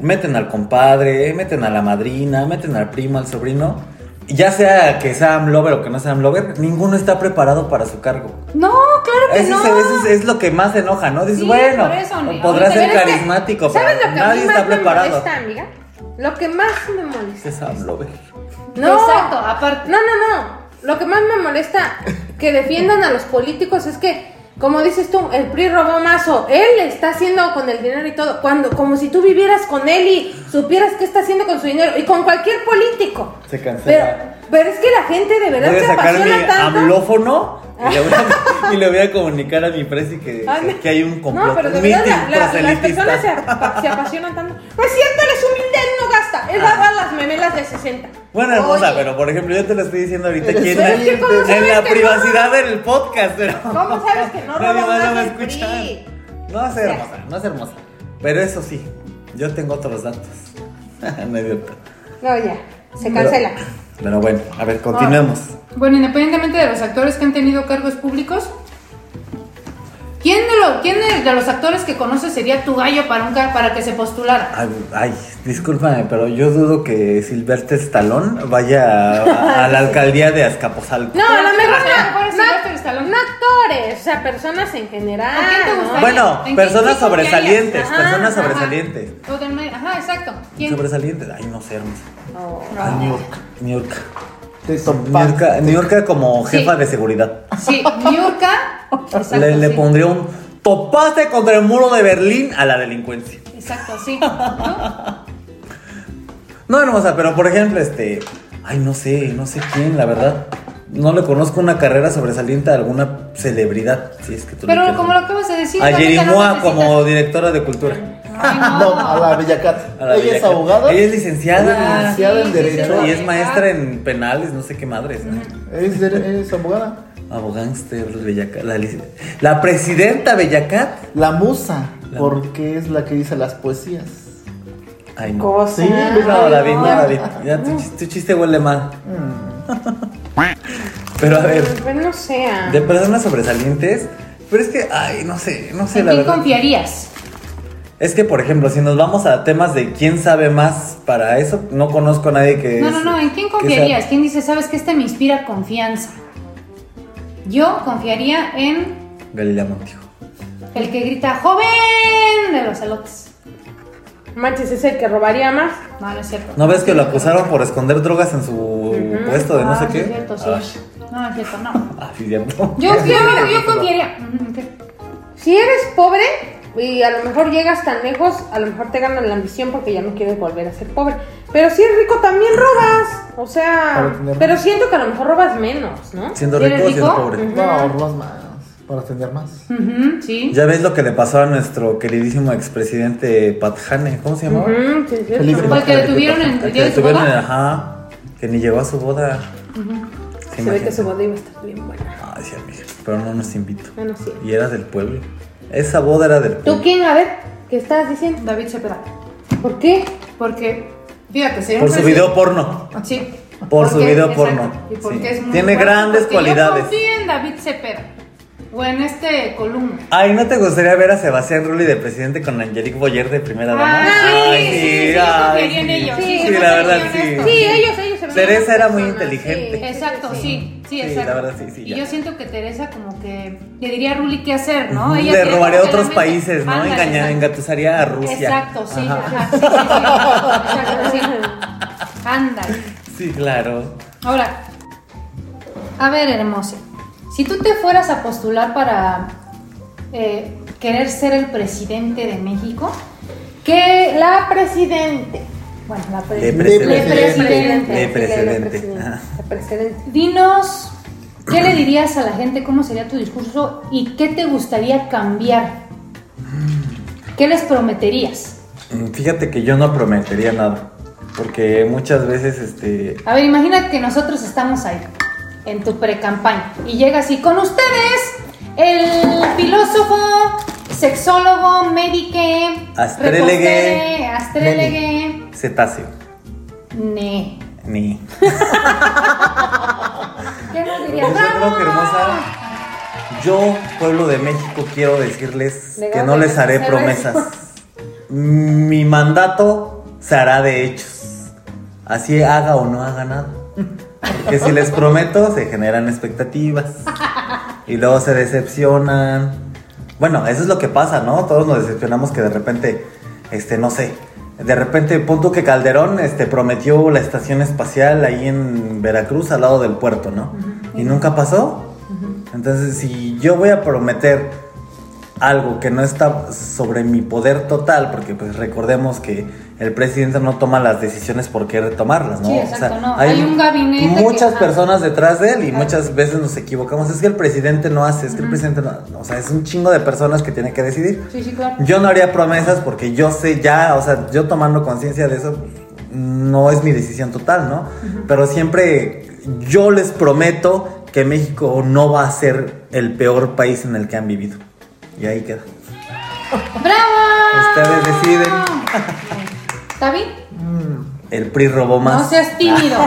E: meten al compadre, meten a la madrina, meten al primo, al sobrino. Y Ya sea que sea Amlover o que no sea Amlover, ninguno está preparado para su cargo.
F: No, claro que
E: Eso
F: no.
E: es, eso es- es lo que más enoja, ¿no? Dices,
F: Sí,
E: bueno,
F: por eso, ni-
E: podrá
F: ahorita
E: ser
F: ves que-
E: carismático, pero
G: ¿Sabes lo que a
E: nadie
G: mí
E: está
G: más me
E: preparado.
G: molesta, amiga? Lo que más me molesta.
E: Es Amlover.
G: No.
F: Exacto, aparte.
G: No, no, no. Lo que más me molesta que defiendan a los políticos es que, como dices tú, el PRI robó más o él está haciendo con el dinero y todo. Cuando, como si tú vivieras con él y supieras qué está haciendo con su dinero y con cualquier político.
C: Se
G: Pero,
C: cancela.
G: pero es que la gente de verdad
E: Voy
G: se
E: a sacar mi
G: apasiona tanto.
E: amlófono Y le voy a, y le voy a comunicar a mi presi que,
G: Anda.
E: que hay un complot.
G: Ah, No, pero de
E: un
G: verdad,
E: meeting
G: la- la- las
E: proselitista.
G: personas se, apa- se apasionan tanto. Pues No es cierto, él es humilde, él no gasta. Él daba las memelas de 60.
E: Bueno, hermosa,
G: Oye,
E: Ah. pero por ejemplo, yo te lo estoy diciendo ahorita
C: Eres
E: aquí en
C: pero
E: la,
C: es que ¿cómo
E: en
G: sabes
E: la
G: que no?
E: privacidad del podcast, pero.
G: ¿Cómo sabes que no
E: Nadie más
G: roba una
E: lo va a
G: del PRI?
E: escuchar. No es hermosa, no es hermosa. Pero eso sí, yo tengo otros datos. no es cierto.
G: No, ya, se cancela.
E: Pero, pero bueno, a ver, continuemos.
F: Bueno, independientemente de los actores que han tenido cargos públicos, ¿quién de, lo- quién de- de los actores que conoces sería tu gallo para, un, ca- para que se postulara?
E: Ay, ay, discúlpame, pero yo dudo que Silverte Stallone vaya a, a la alcaldía de Azcapotzalco.
G: No, a lo
F: Pero
G: mejor
F: sí,
G: no,
F: mejor es
G: no-
F: Sylvester Stallone.
G: no actores, o sea, personas en general.
F: ¿A quién te
G: ¿no?
F: gustaría?
E: Bueno,
F: ¿En qué
E: personas
F: equipo
E: sobresalientes,
F: harías?
E: personas
F: Ajá.
E: sobresalientes.
F: O de una- Ajá, exacto. ¿Quién?
E: Sobresalientes, ay, no sé, hermosa.
G: Oh.
E: Ah, New York, New York.
C: Te
E: New
C: sopas.
E: York, New York como
F: Sí.
E: jefa de seguridad.
F: Sí, Niurka. Exacto,
E: le, le
F: sí.
E: pondría un topaste contra el muro de Berlín a la delincuencia.
F: Exacto, sí. ¿No?
E: No, hermosa, pero por ejemplo, este. Ay, no sé, no sé quién, la verdad. No le conozco una carrera sobresaliente a alguna celebridad, si es que tú le
F: Pero
E: quieres
F: como lo
E: llamar.
F: acabas de decir,
E: A
F: ahorita
E: Yeri
F: no
E: Moa
F: necesitas-
E: como directora de cultura.
F: Ay, no.
C: No, a la Bellacat.
E: A la
C: Ella es
E: Bellacat.
C: abogada. Ah,
E: Ella es licenciada.
C: Ella es licenciada
F: Sí,
C: en
F: sí,
C: Derecho.
F: sí,
E: Y
F: sí.
E: es maestra en penales, no sé qué madres. ¿no?
C: Es, de- es abogada.
E: Abogánster, Bellacat. La, lic- la presidenta Bellacat.
C: La musa,
E: La-
C: porque es la que dice las poesías.
E: Ay, no.
G: Cosa.
C: Sí,
E: No, David, no, David. Ya tu, chis- tu chiste huele mal.
F: Mm.
E: Pero a ver,
G: Pues no sea.
E: de personas sobresalientes. Pero es que, ay, no sé, no sé,
F: ¿En
E: la
F: quién
E: verdad.
F: confiarías?
E: Es que, por ejemplo, si nos vamos a temas de quién sabe más para eso, no conozco a nadie que.
F: No,
E: es-
F: no, no, ¿en quién
E: que sea-
F: confiarías? ¿Quién dice, sabes que este me inspira confianza? Yo confiaría en
E: Galilea Montijo.
F: el que grita joven de los elotes.
G: Manches, es el que robaría más.
F: No, no es cierto.
E: ¿No ves que lo acusaron por esconder drogas en su puesto de no
F: Ah,
E: sé
F: sí
E: qué?
F: Es cierto, sí.
E: Ay,
F: No, es cierto, no.
E: ah, sí, cierto.
F: Yo, yo, yo, confiaría. Ujú, ¿qué?
G: Si eres pobre y a lo mejor llegas tan lejos, a lo mejor te ganan la ambición porque ya no quieres volver a ser pobre. Pero si eres rico también robas. O sea,
C: Para tener
G: pero
C: más.
G: siento que a lo mejor robas menos, ¿no?
E: Siendo
F: ¿Eres
E: rico, o siendo
F: rico?
E: pobre.
C: No, robas más. Para atender más.
F: Ujú, sí.
E: Ya ves lo que le pasó a nuestro queridísimo expresidente Patjane. ¿Cómo se llamaba?
G: Mm, sí, sí.
C: Felipe.
F: Fue el que detuvieron en
E: Al
F: el
E: que
F: día de su
E: detuvieron en-
F: boda.
E: ajá, que ni llegó a su boda. ¿Se
G: Se ve que
E: imagina?
G: su boda iba a estar bien buena.
E: Ay, sí, amiga, pero no nos invitó.
G: Bueno, sí.
E: Y era del pueblo. Esa boda era del
G: ¿Tú
E: pueblo.
G: quién? A ver, ¿qué estás diciendo?
F: David Cepeda.
G: ¿Por qué?
F: Porque, fíjate, sería
E: Por
F: un
E: su
F: presidente-
E: video porno.
F: Sí.
E: Por su
F: Porque-
E: video
F: exacto,
E: porno.
F: y porque
E: Sí.
F: es muy
E: Tiene
F: guapo,
E: grandes
F: porque
E: cualidades.
F: Yo confío en David Cepeda. O en este columna.
E: Ay, ¿no te gustaría ver a Sebastián Rulli de presidente con Angelique Boyer de primera dama?
F: Ah, sí,
E: Ay,
F: sí, sí, yo
E: ay,
F: confiaría en ellos.
E: Sí,
F: Sí,
E: sí,
F: no
E: la
F: serían
E: verdad, sí.
F: honestos.
G: Sí, ellos, ¿eh? ellos se ven
E: Teresa
G: buenas
E: era muy
G: personas,
E: inteligente.
G: sí.
F: Exacto, sí, sí,
E: Sí,
F: exacto.
E: la verdad, sí, sí,
F: Y
E: ya.
F: yo siento que Teresa como que le diría a Ruli qué hacer, ¿no?
E: Ujú,
F: Ella
E: Le
F: tiene como
E: robaría a
F: que la
E: otros
F: mente-
E: países, ¿no?
F: Ándale,
E: Engañar,
F: exacto.
E: engatusaría a Rusia.
F: Exacto, sí,
E: Ajá.
F: ajá, sí, sí, sí, exacto, sí. Ándale.
E: Sí, claro.
F: Ahora, a ver, hermoso, si tú te fueras a postular para eh, querer ser el presidente de México, ¿qué la presidente? Bueno, la
E: De
F: presidente.
E: presidente.
C: presidente.
E: De
G: De presidente.
E: presidente. Ah. Ajá.
G: De presidente.
F: Dinos, ¿qué le dirías a la gente? ¿Cómo sería tu discurso? ¿Y qué te gustaría cambiar? ¿Qué les prometerías?
E: Mm, Fíjate que yo no prometería nada. Porque muchas veces, este.
F: A ver, imagínate que nosotros estamos ahí, en tu pre-campaña, y llega así con ustedes el filósofo, sexólogo, médique,
E: Astrelegue.
F: repostero, astrelegue,
E: Cetáceo.
F: ne.
E: Ni.
F: ¿Qué nos
E: Yo
F: dirías?
E: creo que hermosa. Yo, pueblo de México, quiero decirles
G: Le
E: que
G: das
E: no
G: de
E: les haré
G: besos, besos.
E: promesas. Mm, Mi mandato se hará de hechos. Así haga o no haga nada. Porque si les prometo, se generan expectativas. Y luego se decepcionan. Bueno, eso es lo que pasa, ¿no? Todos nos decepcionamos que de repente, este, no sé. De repente, punto que Calderón este, prometió la estación espacial ahí en Veracruz, al lado del puerto, ¿no? Y nunca pasó. Entonces, si yo voy a prometer algo que no está sobre mi poder total, porque pues recordemos que el presidente no toma las decisiones por qué retomarlas, ¿no?
F: Sí, exacto, no. Hay un gabinete que-
E: Muchas
F: ah.
E: personas detrás de él y muchas veces nos equivocamos. Es que el presidente no hace, es que el presidente no. no, O sea, es un chingo de personas que tiene que decidir.
F: Sí, sí, claro.
E: Yo no haría promesas porque yo sé ya, o sea, yo tomando conciencia de eso, pues, no es mi decisión total, ¿no? Pero siempre yo les prometo que México no va a ser el peor país en el que han vivido. Y ahí queda.
F: ¡Bravo!
E: Ustedes deciden.
F: ¿Está bien?
E: El PRI robó más.
F: No seas tímido.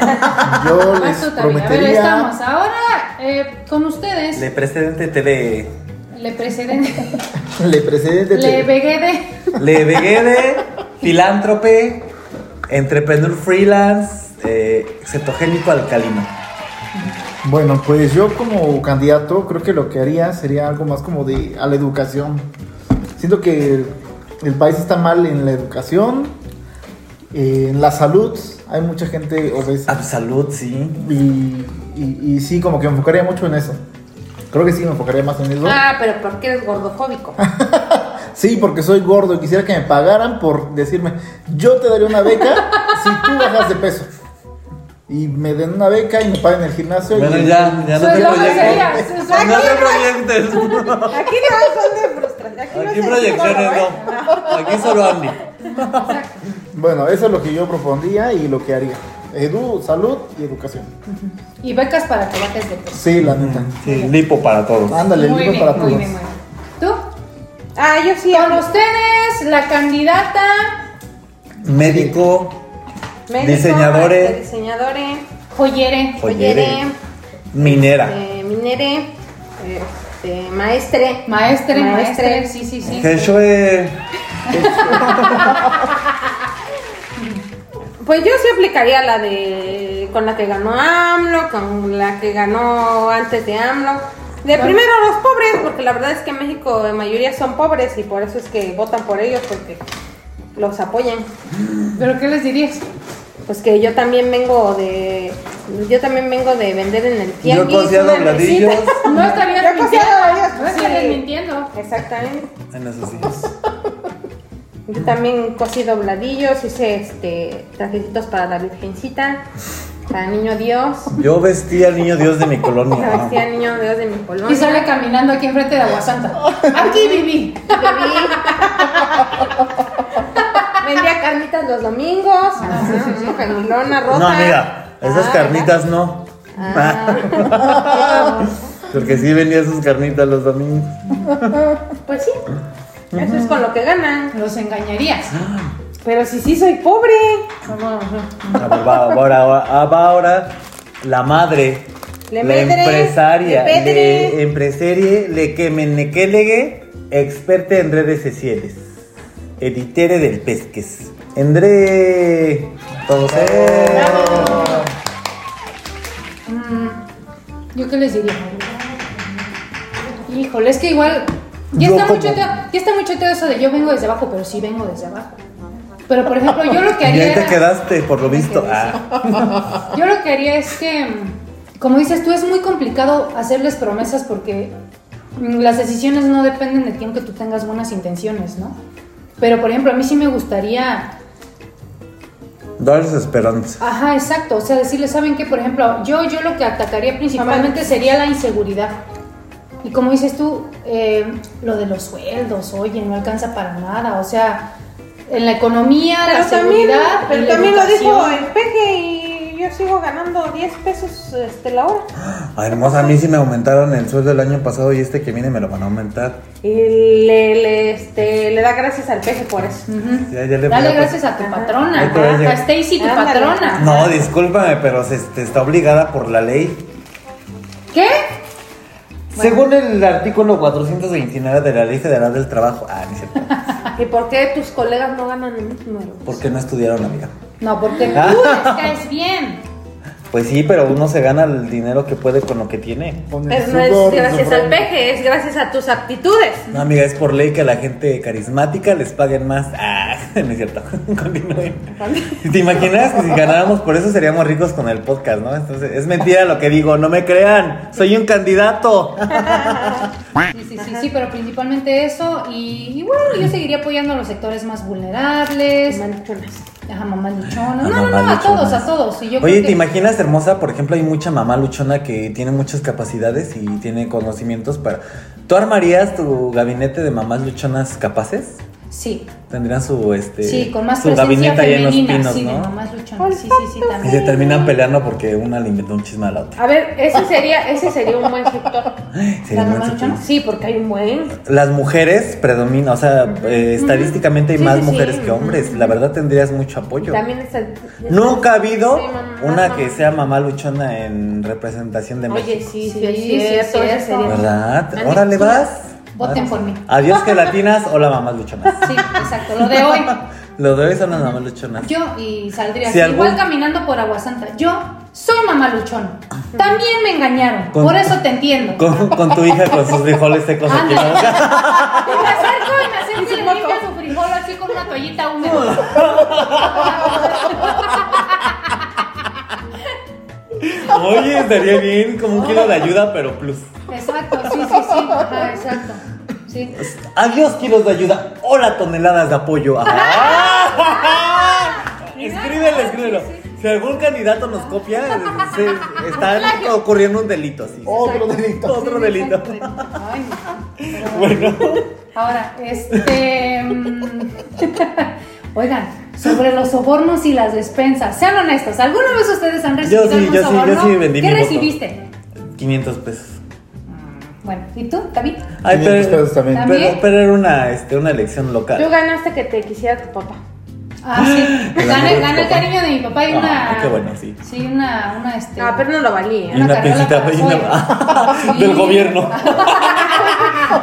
C: Yo les
F: Vas tú, Tavi. A ver, ahí
C: prometería.
F: estamos. Ahora, eh, con ustedes,
E: Le precedente TV.
F: le preceden,
C: Le precedente.
F: le vegué de...
E: Le vegué de filántrope, entrepreneur freelance, eh, cetogénico alcalino.
C: Bueno, pues yo como candidato creo que lo que haría sería algo más como de a la educación. Siento que el, el país está mal en la educación, eh, en la salud, hay mucha gente obesa.
E: Absolut, sí.
C: Y, y- y sí, como que me enfocaría mucho en eso. Creo que sí, me enfocaría más en eso.
G: Ah, pero porque eres gordofóbico.
C: Sí, porque soy gordo y quisiera que me pagaran por decirme, yo te daré una beca si tú bajas de peso. Y me den una beca y me paguen el gimnasio. y-
E: Bueno, ya, ya no
F: Pues
E: te
F: no desearías,
E: proyectes.
F: o sea,
E: No te proyectes.
G: Aquí no son de frustración. Aquí, no
E: Aquí
G: se
E: proyecciones
G: psicólogo, ¿eh?
E: no. Aquí solo Andy.
C: Bueno, eso es lo que yo propondría y lo que haría. Edu, salud y educación.
F: Y becas para que bajes de peso.
C: Sí, la neta.
E: Sí, lipo para todos.
C: Ándale, el libro para todos.
F: muy bien, muy bien. ¿Tú?
G: Ah, yo sí.
F: Con ustedes, la candidata
E: Médico,
G: Médico,
E: Diseñadores.
G: este, Diseñadores.
F: joyere.
E: joyere,
G: joyere,
E: minera,
G: eh, minere. Este, maestre.
F: Maestre,
G: Maestre.
F: maestre, sí, sí, sí.
E: Heshue,
G: Pues yo sí aplicaría la de. con la que ganó AMLO, con la que ganó antes de AMLO. De primero los pobres, porque la verdad es que en México en mayoría son pobres y por eso es que votan por ellos, porque los apoyan.
F: ¿Pero qué les dirías?
G: Pues que yo también vengo de. Yo también vengo de vender en el
E: yo
G: tianguis.
E: cocía
G: una
E: dobladillos.
G: mesita.
F: No estarías
G: Yo
F: mintiendo.
G: confiaba en ellos,
F: no
G: pues,
F: estarías
G: sí.
F: mintiendo.
G: Exactamente.
E: En esos sí.
G: Yo también cosí dobladillos, hice este trajecitos para la virgencita, para niño Dios.
E: Yo vestía al niño Dios de mi
G: Me
E: colonia.
G: vestía niño Dios de mi
F: Y
G: colonia.
F: sale caminando aquí enfrente de Aguasanta. Aquí viví.
G: Bebí. Vendía carnitas los domingos. Canelona roja.
E: No, amiga, esas
G: Ah,
E: carnitas no.
G: ah.
E: Porque sí vendía sus carnitas los domingos.
G: Pues sí. Eso es con lo que ganan.
F: Los engañarías.
E: Ah.
G: Pero si sí soy pobre.
E: A ver, Ah, pues va ahora, ahora, va ahora la madre, la
G: Le medre,
E: empresaria,
G: le pedre.
E: le empresarie, le que menequelegue, experta en redes sociales, editere del pesques. André, todos eh.
F: ¿Yo qué les diría? Híjole, es que igual. Ya
E: Yo
F: está,
E: como-
F: muy choteo, ya está muy choteo eso de yo vengo desde abajo, pero sí vengo desde abajo. Pero por ejemplo, yo lo que
E: Y
F: haría.
E: ahí te
F: era-
E: quedaste, por lo
F: Me
E: visto.
F: quedé,
E: Ah,
F: Yo lo que haría es que, mm, como dices tú, es muy complicado hacerles promesas porque mm, las decisiones no dependen de ti, aunque tú tengas buenas intenciones, ¿no? Pero por ejemplo, a mí sí me gustaría
E: Dólares Esperanza.
F: Ajá, exacto. O sea, decirles, ¿saben qué? Por ejemplo, yo, yo lo que atacaría principalmente sería la inseguridad. Y como dices tú, eh, lo de los sueldos, oye, no alcanza para nada. O sea, en la economía, la
G: Pero también,
F: seguridad,
G: pero
F: y la
G: también lo dijo
F: educación.
G: el peje y yo sigo ganando 10 pesos este, la hora.
E: Ay, hermosa, a mí sí me aumentaron el sueldo el año pasado y este que viene me lo van a aumentar.
G: Y le, le, este, le da gracias al peje por eso.
F: Ujú.
E: Ya, ya le voy
F: Dale
E: a-
F: gracias a tu patrona,
E: Ahí te voy a
F: a
E: llegar.
F: Stacy, tu
G: Ándale.
F: patrona.
E: No, discúlpame, pero se, este, está obligada por la ley.
F: ¿Qué?
E: Según el artículo 429 de la Ley Federal del Trabajo. Ah, no es cierto.
G: ¿Y por qué tus colegas no ganan el mismo? dinero?
E: Porque no estudiaron, amiga.
F: No, porque
E: Ah.
F: tú les caes bien.
E: Pues sí, pero uno se gana el dinero que puede con lo que tiene.
C: Con el
G: Pero
C: sudor
G: no es
C: de tu
G: gracias al
C: frente.
G: peje, es gracias a tus aptitudes.
E: No, amiga, es por ley que a la gente carismática les paguen más. Ah, no es cierto. Continúen. ¿Te imaginas que si ganáramos por eso seríamos ricos con el podcast, no? Entonces, es mentira lo que digo, no me crean. Soy un candidato.
F: Sí, sí, sí,
G: verdad.
F: Sí, pero principalmente eso. Y, y bueno, yo seguiría apoyando a los sectores más vulnerables.
G: Manichonas.
F: Ajá, mamás luchonas.
E: A
F: No, no, no,
E: mamás
F: a todos,
E: luchonas.
F: a todos. Y yo
E: Oye,
F: creo
E: ¿te
F: que-
E: imaginas, hermosa? Por ejemplo, hay mucha mamá luchona que tiene muchas capacidades y tiene conocimientos para. ¿Tú armarías tu gabinete de mamás luchonas capaces?
F: Sí,
E: Tendrían su este
F: sí, con más
E: su
F: presencia
E: gabinete ahí en los
F: femenina.
E: pinos,
F: sí, de
E: ¿no?
F: mamás luchonas. Sí, sí, sí,
E: Y se
F: también.
E: terminan peleando porque una le inventó un chisme a la otra.
G: A ver, ese sería, ese sería un buen sector.
E: Sería
F: mamás
E: muy
F: luchonas?
G: Sí, porque hay un buen.
E: las mujeres predominan, o sea, eh, estadísticamente hay
G: Sí,
E: más
G: sí, sí.
E: mujeres que hombres. La verdad tendrías mucho apoyo.
G: También está.
E: Nunca ha habido
G: Sí, mamá,
E: una
G: mamá.
E: que sea mamá luchona en representación de
G: Oye,
E: México.
G: sí, sí,
F: Sí,
G: es
F: sí,
G: cierto,
F: sí,
G: ese
F: es
G: sería-
E: ¿Verdad?
G: Mande.
E: Órale, vas.
F: Voten
E: Vas.
F: por mí.
E: Adiós gelatinas, hola mamás luchonas.
F: Sí, exacto, lo de hoy.
E: Lo de hoy son las mamás luchonas.
F: Yo y saldría
E: Si
F: así, igual
E: algún-
F: caminando por Aguasanta. Yo soy mamá luchona. También me engañaron.
E: Con-
F: Por eso te entiendo.
E: Con, con tu hija con sus frijoles secos aquí en la boca.
F: Y me acerco y me acerco y le limpio su frijol así con una toallita húmeda.
E: Oye, estaría bien como un kilo de ayuda, pero plus.
F: Exacto, sí, sí, sí. Ajá, exacto. Sí.
E: Adiós kilos de ayuda, hola toneladas de apoyo. Ah. escríbelo, escríbelo. Si algún candidato nos copia, se- está ocurriendo un delito así.
F: Oh,
C: Otro delito.
E: Otro delito.
F: Ay, no. Pero bueno.
E: Bueno,
F: Ahora, este. mm, Oigan, sobre los sobornos y las despensas, sean honestos, ¿alguna vez ustedes han recibido
E: sí,
F: algún
E: yo sí, yo
F: soborno?
E: sí vendí
F: ¿Qué
E: mi voto.
F: recibiste?
E: 500 pesos.
F: Bueno, ¿y tú, David?
E: Ay,
C: 500
E: pero,
C: pesos también.
E: pero, pero era una, este, una elección
G: Tú
E: local.
G: ganaste que te quisiera tu papá.
F: Ah, sí.
E: El amor de
F: Gané,
E: tu
F: gané el
E: papá.
F: cariño de mi papá y
E: Ah,
F: una.
E: qué bueno, sí.
F: Sí, una, una este.
G: Ah, pero no lo valía.
E: Y una
F: carriola
E: piecita
F: para
E: y una-
F: sol.
E: del
F: Sí.
E: gobierno.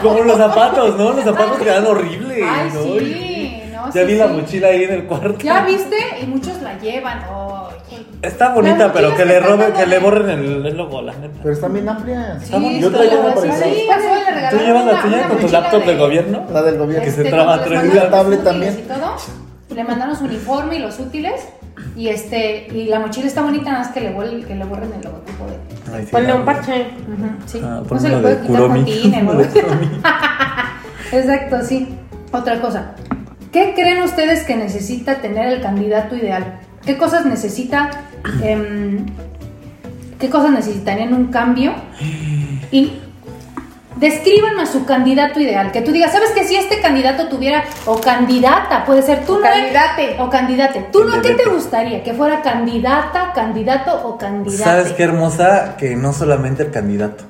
E: Como los zapatos, ¿no? Los zapatos quedan horribles.
F: Ay,
E: ¿no?
F: sí, no,
E: Ya
F: sí,
E: vi la
F: sí.
E: mochila ahí en el cuarto.
F: Ya viste, y muchos la llevan. Ay.
E: Está bonita,
F: Las
E: pero que le
F: mochilas
E: roben,
F: están
E: que le
F: dando-
E: borren el, el logo, la neta.
C: Pero están bien amplias.
F: Sí,
E: Estamos-
C: yo
F: estoy
C: traigo
F: la
C: una
F: verdad,
C: parecida.
F: sí, pasó y le
E: ¿Tú
F: regalaron
E: llevas la
F: una-
E: tuya
F: una
E: con tu
F: mochila
E: laptop
F: de-
E: del gobierno?
C: La del gobierno.
E: Que se
F: Este,
E: traba
F: cuando
E: tres
F: les mandaron
E: días.
F: los
C: Tablet
F: útiles
C: también.
F: y todo, le mandaron su uniforme y los útiles. Y este y la mochila está bonita, nada más que le, vuel- que le borren el logotipo de.
E: Ay, sí,
G: Ponle
E: la-
G: un parche.
F: Ujú, sí.
E: Ah,
F: no
E: ponle
F: se le
E: uno
F: puede
E: de
F: quitar con
E: Kuromi.
F: tiner,
E: Uno
F: ¿no?
E: de Kuromi.
F: Exacto, sí. Otra cosa. ¿Qué creen ustedes que necesita tener el candidato ideal? ¿Qué cosas necesita?
E: Ah.
F: em, ¿Qué cosas necesitarían un cambio? Y descríbanme a su candidato ideal. Que tú digas, ¿sabes que si este candidato tuviera, o candidata, puede ser tú,
G: O
F: no
G: candidate.
F: O candidate. ¿Tú no qué te
E: Candidate.
F: gustaría? ¿Que fuera candidata, candidato o candidate?
E: ¿Sabes qué hermosa? Que no solamente el candidato.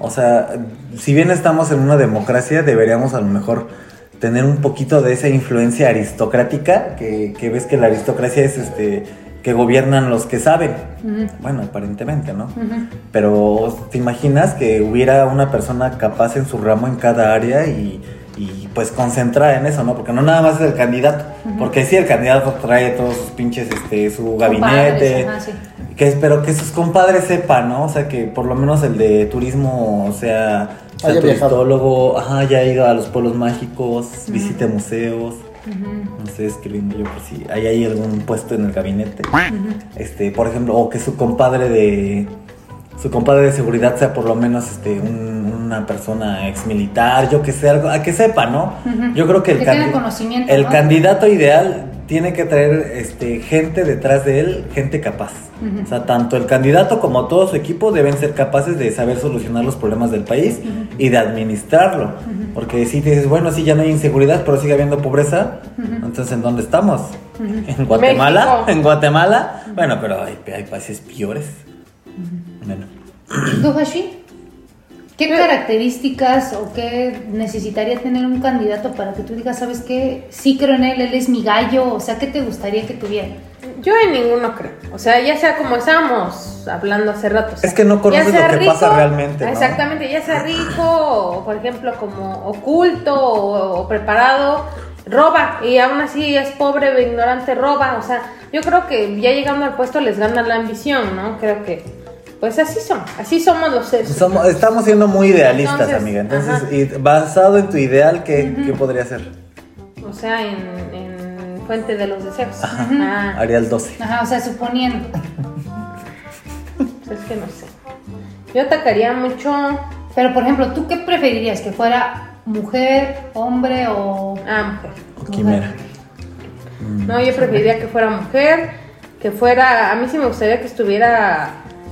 E: O sea, si bien estamos en una democracia, deberíamos a lo mejor tener un poquito de esa influencia aristocrática, que, que ves que la aristocracia es este que gobiernan los que saben. Bueno, aparentemente, ¿no? Pero te imaginas que hubiera una persona capaz en su ramo en cada área y, y, pues concentrada en eso, ¿no? Porque no nada más es el candidato, porque sí, el candidato trae todos sus pinches, este, su gabinete,
F: Compadres, ajá, sí.
E: que espero que sus compadres sepan, ¿no? O sea, que por lo menos el de turismo sea, sea
C: Haya viajado.
E: turistólogo, ajá, ya ido a los pueblos mágicos, visite museos. No sé, escribiendo yo por si hay ahí algún puesto en el gabinete. Este, por ejemplo, o que su compadre de. Su compadre de seguridad sea por lo menos este, un- una persona ex militar, yo que sé, algo, a que sepa, ¿no?
F: Ujú.
E: Yo creo que el,
F: Que tenga
E: candi-
F: conocimiento,
E: el
F: ¿no?
E: candidato ideal tiene que traer este, gente detrás de él, gente capaz. O sea, tanto el candidato como todo su equipo deben ser capaces de saber solucionar los problemas del país y de administrarlo. Porque si te dices, bueno, sí, ya no hay inseguridad, pero sigue habiendo pobreza, entonces ¿en dónde estamos? ¿En Guatemala?
G: México.
E: ¿En Guatemala? Bueno, pero hay, hay países peores. Bueno.
F: ¿Tú, Hashi?
G: Eh.
F: ¿Qué características o qué necesitaría tener un candidato para que tú digas, sabes qué, sí creo en él, él es mi gallo? O sea, ¿qué te gustaría que tuviera?
G: Yo en ninguno creo. O sea, ya sea como estábamos hablando hace rato. o sea,
E: Es que no
G: ya
E: conoces
G: sea
E: lo que pasa realmente, ¿no?
G: Exactamente, ya sea rico, o por ejemplo, como oculto o, o preparado, roba. Y aún así es pobre o ignorante, roba. O sea, yo creo que ya llegando al puesto les gana la ambición, ¿no? Creo que. Pues así son. Así somos los seres.
E: Somos- estamos siendo muy idealistas,
G: Entonces,
E: amiga. Entonces,
G: ajá.
E: y basado en tu ideal, ¿qué, qué podría ser?
G: O sea, en, en Fuente de los Deseos. Ah,
E: Haría el 12.
F: Ajá, o sea, suponiendo.
G: pues es que no sé. Yo atacaría mucho.
F: Pero, por ejemplo, ¿tú qué preferirías? ¿Que fuera mujer, hombre o...
G: Ah, mujer.
E: O quimera.
G: No, yo preferiría que fuera mujer, que fuera, a mí sí me gustaría que estuviera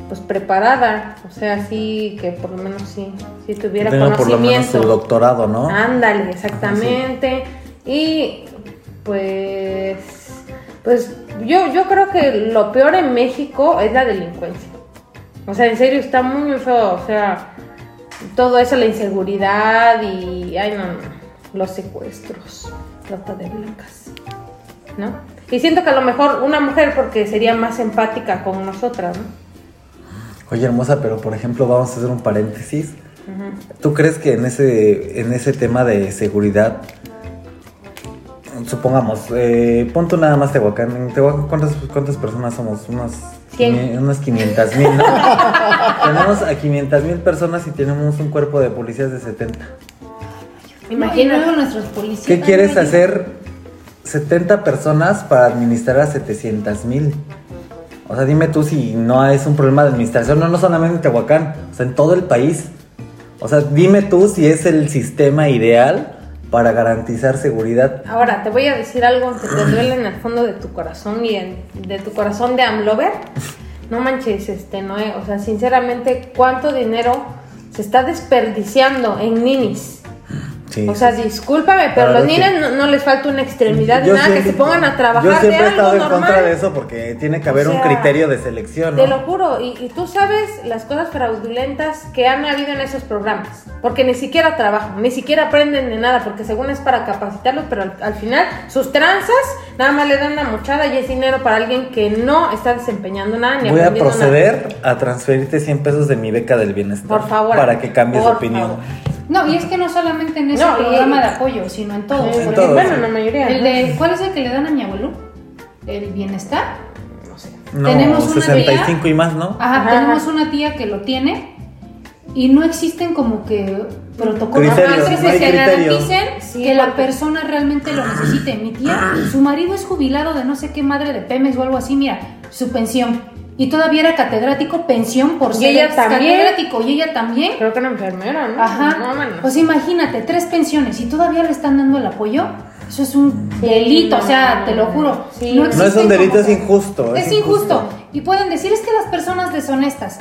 G: pues preparada, o sea, sí, que por lo menos sí, sí tuviera
E: Tenga por lo menos
G: conocimiento. Ah.
E: su doctorado, ¿no?
G: Ándale, exactamente. Y pues, pues yo, yo creo que lo peor en México es la delincuencia. O sea, en serio está muy feo, o sea, todo eso, la inseguridad y, ay no, no, los secuestros, trata de blancas, ¿no? Y siento que a lo mejor una mujer porque sería más empática con nosotras, ¿no?
E: Oye, hermosa, pero por ejemplo, vamos a hacer un paréntesis. ¿Tú crees que en ese, en ese tema de seguridad, supongamos, eh, ponte nada más Tehuacán, en Tehuacán ¿cuántas, cuántas personas somos? Unas,
G: Cien.
E: quini- unas 500 mil, ¿no? tenemos a 500 mil personas y tenemos un cuerpo de policías de 70.
F: No, y
G: Imagínate.
F: luego nuestros policías.
E: ¿Qué quieres
F: Ay,
E: hacer 70 personas para administrar a 700 mil? O sea, dime tú si no es un problema de administración, no, no solamente en Tehuacán, o sea, en todo el país. O sea, dime tú si es el sistema ideal para garantizar seguridad.
G: Ahora, te voy a decir algo que te duele en el fondo de tu corazón y en- de tu corazón de Amlover. No manches, este, no, o sea, sinceramente, ¿cuánto dinero se está desperdiciando en ninis?
E: Sí.
G: O sea, discúlpame, pero
E: Claro
G: los
E: que-
G: ninis no, no les falta una extremidad,
E: Yo
G: nada, que
E: siempre-
G: se pongan a trabajar
E: Yo siempre
G: de
E: he estado
G: algo
E: en contra
G: normal.
E: de eso porque tiene que haber
G: O
E: un
G: sea,
E: criterio de selección, ¿no?
G: Te lo juro, y, y tú sabes las cosas fraudulentas que han habido en esos programas, porque ni siquiera trabajan, ni siquiera aprenden de nada, porque según es para capacitarlos, pero al, al final sus tranzas nada más le dan una mochada y es dinero para alguien que no está desempeñando nada ni
E: Voy a
G: aprendiendo nada.
E: proceder a transferirte 100 pesos de mi beca del bienestar.
G: Por favor.
E: Para que cambies de
G: Por
E: opinión.
G: favor.
F: No, y es que no solamente en ese
G: No, y-
F: programa de apoyo, sino en todos.
E: En
F: por
E: todos.
F: ejemplo,
G: Bueno, en la mayoría.
F: el
G: ¿no?
F: de, ¿Cuál es el que le dan a mi abuelo? ¿El bienestar?
E: No,
F: Tenemos una Ah,
E: 65 y más, ¿no?
F: Ajá,
G: Ajá.
F: tenemos una tía que lo tiene y no existen como que protocolos.
E: Criterios,
F: Ajá,
E: no hay
F: que
E: criterio.
F: garanticen
G: Sí,
F: que la
G: porque-
F: persona realmente lo necesite. Mi tía, su marido es jubilado de no sé qué madre de Pemex o algo así, mira, su pensión. Y todavía era catedrático, pensión por
G: Y
F: ser
G: ella
F: ex
G: también.
F: catedrático y ella también.
G: Creo que era enfermera, ¿no?
F: Ajá.
G: No, bueno.
F: Pues imagínate, tres pensiones y todavía le están dando el apoyo. Eso es un delito,
G: no,
F: o sea,
G: no,
F: te lo
G: no.
F: juro.
G: Sí,
F: no
G: no.
E: No es
F: existen
E: un delito,
F: como-
E: es injusto.
F: Es injusto. Y pueden decir, es que las personas deshonestas.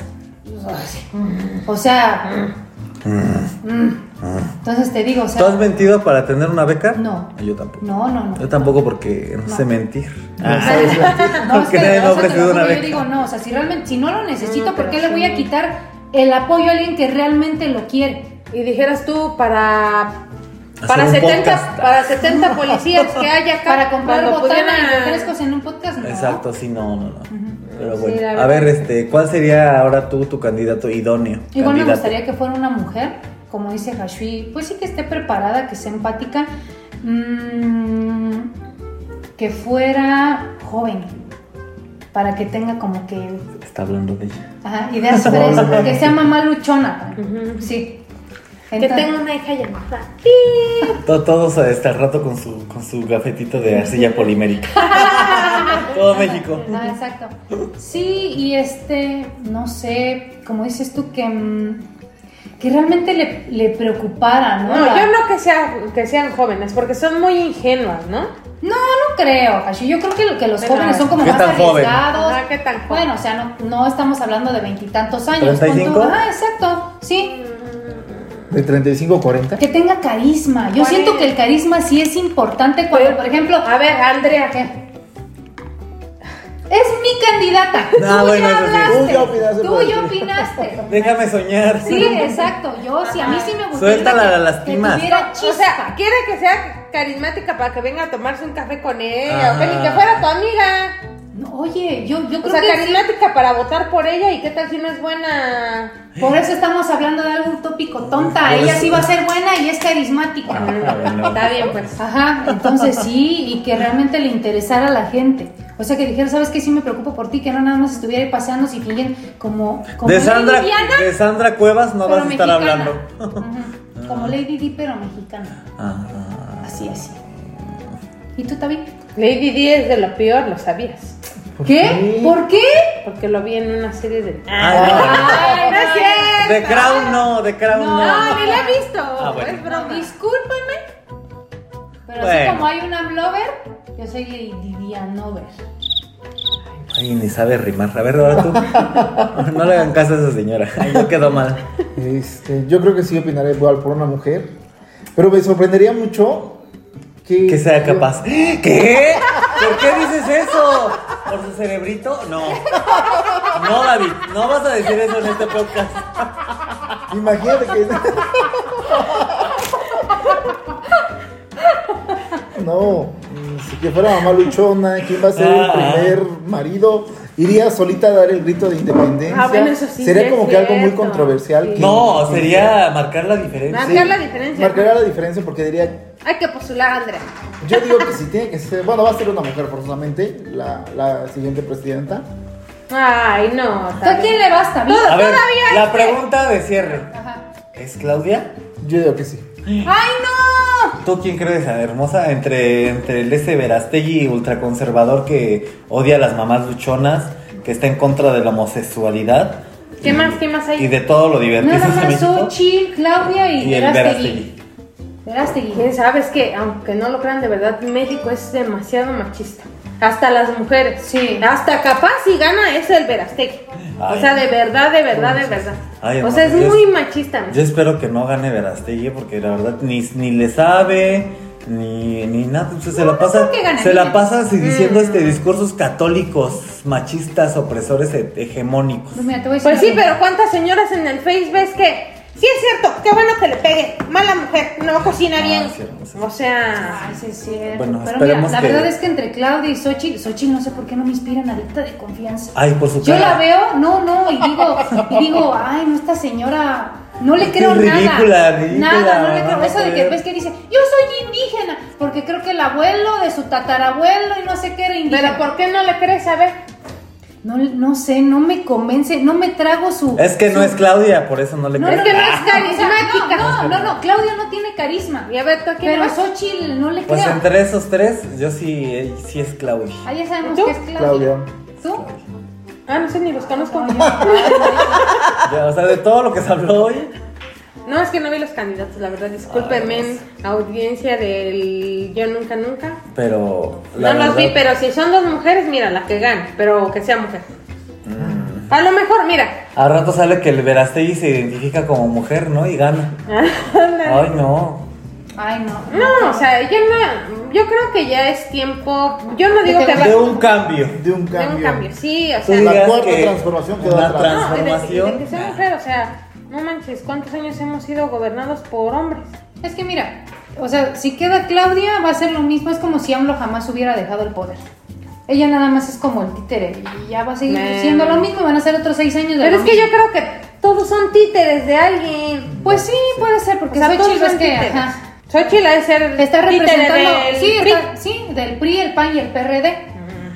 F: O sea. mm. Entonces te digo, o sea.
E: ¿Tú has mentido para tener una beca? Ah,
F: No.
E: Yo tampoco.
F: No, Ah, no, no.
E: Yo tampoco porque no, sé mentir.
F: No, es
E: Porque
F: que,
E: nadie me ha
F: o sea, te
E: ofrecido
F: lo juro,
E: una
F: Yo
E: beca.
F: digo, no, o sea, si realmente, si no lo necesito,
G: Mm,
F: ¿por qué
G: pero
F: le voy a
G: sí.
F: quitar el apoyo a alguien que realmente lo quiere?
G: Y dijeras tú para
E: Hacer
G: para
E: un
G: 70,
E: podcast.
G: para 70 policías que hay acá
F: Para comprar
G: cuando
F: botana y
G: pudieran-
F: refrescos en un podcast, no.
E: Exacto, sí, no, no, no. Pero
G: Sí,
E: bueno.
G: la
E: a
G: verdad.
E: ver, este, ¿cuál sería ahora tú tu candidato idóneo?
F: Igual me
E: Candidato.
F: gustaría que fuera una mujer, como dice Hashui, pues sí que esté preparada, que sea empática, mm, que fuera joven, para que tenga como que
E: Está hablando de ella.
F: ajá, ideas frescas, que sea mamá luchona, sí.
G: que
F: Entonces-
G: tengo una hija llamada.
E: Todo, todos hasta el rato con su, con su gafetito de arcilla polimérica. Todo México.
F: Ah, exacto. Sí, y este, no sé, como dices tú, que, mm, que realmente le, le preocupara, ¿no?
G: No,
F: La-
G: yo no que, sea, que sean jóvenes, porque son muy ingenuas, ¿no?
F: No, no creo, Hashi. Yo creo que, que los
G: Bueno,
F: jóvenes son como
E: ¿qué
F: más
E: tan joven?
F: arriesgados.
G: Ajá, ¿qué tan joven?
F: Bueno, o sea, no, no estamos hablando de veintitantos años.
E: ¿35?
F: pon tú. Ah, exacto, sí.
C: De 35 a 40.
F: Que tenga carisma. Yo
G: ¿Cuál
F: siento
G: es?
F: que el carisma sí es importante cuando,
G: Pero-
F: por ejemplo,
G: A ver, Andrea,
F: ¿qué? es mi candidata.
E: Ah,
F: tú
E: bueno,
F: ya
E: eso
C: Tú
E: sí.
F: hablaste.
C: ya opinaste
F: Tú
C: por
F: ya
C: ti.
F: opinaste.
E: Déjame soñar.
F: Sí, exacto. Yo sí, a mí sí me gusta.
E: Suéltala, la lastimas.
F: Que tuviera
G: o sea,
F: chispa.
G: quiere que sea carismática para que venga a tomarse un café con ella,
E: Ajá.
G: o que ni que fuera tu amiga.
F: No, oye, yo, yo creo
G: O sea,
F: que sí.
G: carismática para votar por ella y qué tal si no es buena.
F: Por eso estamos hablando de algo utópico, tonta.
E: Por
F: Ella
E: eso.
F: sí va a ser buena y es carismática.
E: Ah, bueno.
G: Está bien, pues.
F: Ajá, entonces sí, y que realmente le interesara a la gente. O sea, que dijera, ¿sabes qué? Sí me preocupo por ti, que no nada más estuviera ahí pasando si fingiendo como, como
E: De Sandra,
F: Lady Diana,
E: de Sandra Cuevas no
F: pero
E: vas a estar
F: mexicana.
E: hablando.
F: Ujú, Como Lady Di, pero mexicana.
E: Ah,
F: Así, así. ¿Y tú, Tavi?
G: Lady D es de lo peor, lo sabías.
F: ¿Qué? ¿Por qué?
G: Porque lo vi en una serie de.
E: Ay,
G: ¡Ay, no es
F: cierto.
E: The Crown Ah, no, The Crown no.
G: Ah. No, ni la he visto.
E: Ah, bueno.
G: Es broma.
F: Discúlpame. Pero así
E: Bueno.
F: como hay un Amlover, yo soy Lady Dianover.
E: Ay, ni sabe rimar. A ver, ahora tú. No le hagan caso a esa señora. Ay, no quedó mal.
C: Este, yo creo que sí opinaré igual por una mujer. Pero me sorprendería mucho que.
E: Que sea capaz. ¿Qué? ¿Por qué dices eso? ¿Por su cerebrito? No. No, David, no vas a decir eso en este podcast.
C: Imagínate que. no, mm, si que fuera mamá luchona, ¿quién va a ser el
E: Ah.
C: primer marido? Iría solita a dar el grito de independencia.
G: Ah, bueno, eso sí,
C: Sería
G: es
C: como que algo muy
G: cierto.
C: controversial. que-
E: No,
C: que-
E: sería marcar la diferencia.
G: Marcar la diferencia.
C: Marcaría la diferencia porque diría.
G: Hay que postular a Andrea.
C: Yo digo que si tiene que ser. Bueno, va a ser una mujer, forzosamente, la, la siguiente presidenta.
G: Ay, no.
F: ¿Tú a quién le vas también?
E: A ver,
G: Todavía
E: la
G: este.
E: pregunta de cierre. ¿Es Claudia?
C: Yo digo que sí.
G: ¡Ay, no!
E: ¿Tú quién crees, a hermosa? Entre, entre el ese Verastegui ultraconservador que odia a las mamás luchonas, que está en contra de la homosexualidad
G: ¿Qué más? ¿Qué más
E: y
G: hay?
E: de todo lo divertido
F: Nada
E: de
F: más
E: México.
F: Xochitl, Claudia y,
E: Y el Verastegui.
F: Verástegui.
G: ¿Quién sabe? Es que, aunque no lo crean, de verdad, México es demasiado machista. Hasta las mujeres.
F: Sí.
G: Hasta capaz si gana es el Verastec. O
E: Ay.
G: sea, de verdad, de verdad, de verdad.
E: Ay, pues,
G: o sea, es
E: hermano, Dios.
G: muy machista.
E: Yo espero que no gane Verastegui porque la verdad ni, ni le sabe, ni, ni nada. Entonces, se la pasa,
F: que gane, Mm.
E: se la
F: mira.
E: pasa así diciendo este discursos católicos, machistas, opresores, he- hegemónicos.
F: Pues mira, te voy a decir
G: Pues sí,
F: algo.
G: pero ¿cuántas señoras en el Face ves que... Sí es cierto, qué bueno que le pegue. Mala mujer, no cocina
E: Ah,
G: bien.
E: sí, hermosa.
G: O sea...
F: Ay, sí, es cierto.
E: Bueno,
F: pero mira,
E: esperemos
F: la
E: que-
F: verdad es que entre Claudia y Xochitl, Xochitl no sé por qué no me inspiran adicta de confianza.
E: Ay, por su
F: Yo
E: cara.
F: la veo, no, no, y digo, y digo, ay, no, esta señora, no le creo
E: Ridícula,
F: nada.
E: ridícula,
F: Nada, no le creo.
E: no
F: Eso de que
E: creo.
F: ves que dice, yo soy indígena, porque creo que el abuelo de su tatarabuelo y no sé qué era indígena.
G: Pero ¿por qué no le crees saber?
F: No, no sé, no me convence, no me trago su.
E: Es que no es Claudia, por eso no le
F: No,
E: creo.
G: Es que no es
E: Ah,
G: carismática.
F: No, no, no, no, Claudia no tiene carisma.
G: Y a ver, ¿tú a quién
F: Pero
G: vas?
F: Xochitl no le
E: Pues
F: creo.
E: entre esos tres, yo sí, eh, sí es Claudia.
F: Ah, ya sabemos
G: ¿Tú?
F: que es Claudia.
C: Claudia.
F: ¿Tú?
G: Ah, no sé, ni los conozco.
F: No, yo-
E: Ya, o sea, de todo lo que se habló hoy.
G: No, es que no vi los candidatos, la verdad. Discúlpenme, audiencia del Yo Nunca Nunca.
E: Pero.
G: No
E: la
G: los vi,
E: verdad-
G: pero si son dos mujeres, mira, la que gane, pero que sea mujer.
E: Mm.
G: A lo mejor, mira.
E: A rato sale que el Verastegui se identifica como mujer, ¿no? Y gana. Ay, no.
F: Ay, no.
G: No, o sea, yo no, yo creo que ya es tiempo. Yo no digo que va
E: De un cambio.
C: De un
G: de un
C: cambio.
G: cambio, sí, o
E: Tú
G: sea,
C: La
E: digas
C: cuarta
E: que
C: transformación quedó
E: una
C: atrás.
G: no, y de- y de,
E: Pues transformación. Ah.
G: que sea mujer, o sea, no manches, ¿cuántos años hemos sido gobernados por hombres?
F: Es que mira, o sea, si queda Claudia va a ser lo mismo, es como si AMLO jamás hubiera dejado el poder. Ella nada más es como el títere y ya va a seguir
G: Bueno.
F: siendo lo mismo, van a ser otros seis años de
G: Pero
F: lo
G: es que yo
F: mismo.
G: creo que todos son títeres de alguien.
F: Pues sí, puede ser, porque
G: O sea,
F: Xochitl
G: todos
F: es
G: son
F: que,
G: títeres.
F: ajá,
G: Xochitl ha de ser
F: está
G: títere
F: representando,
G: del
F: sí,
G: PRI. Mm.
F: está- sí, del PRI, el PAN y el PRD,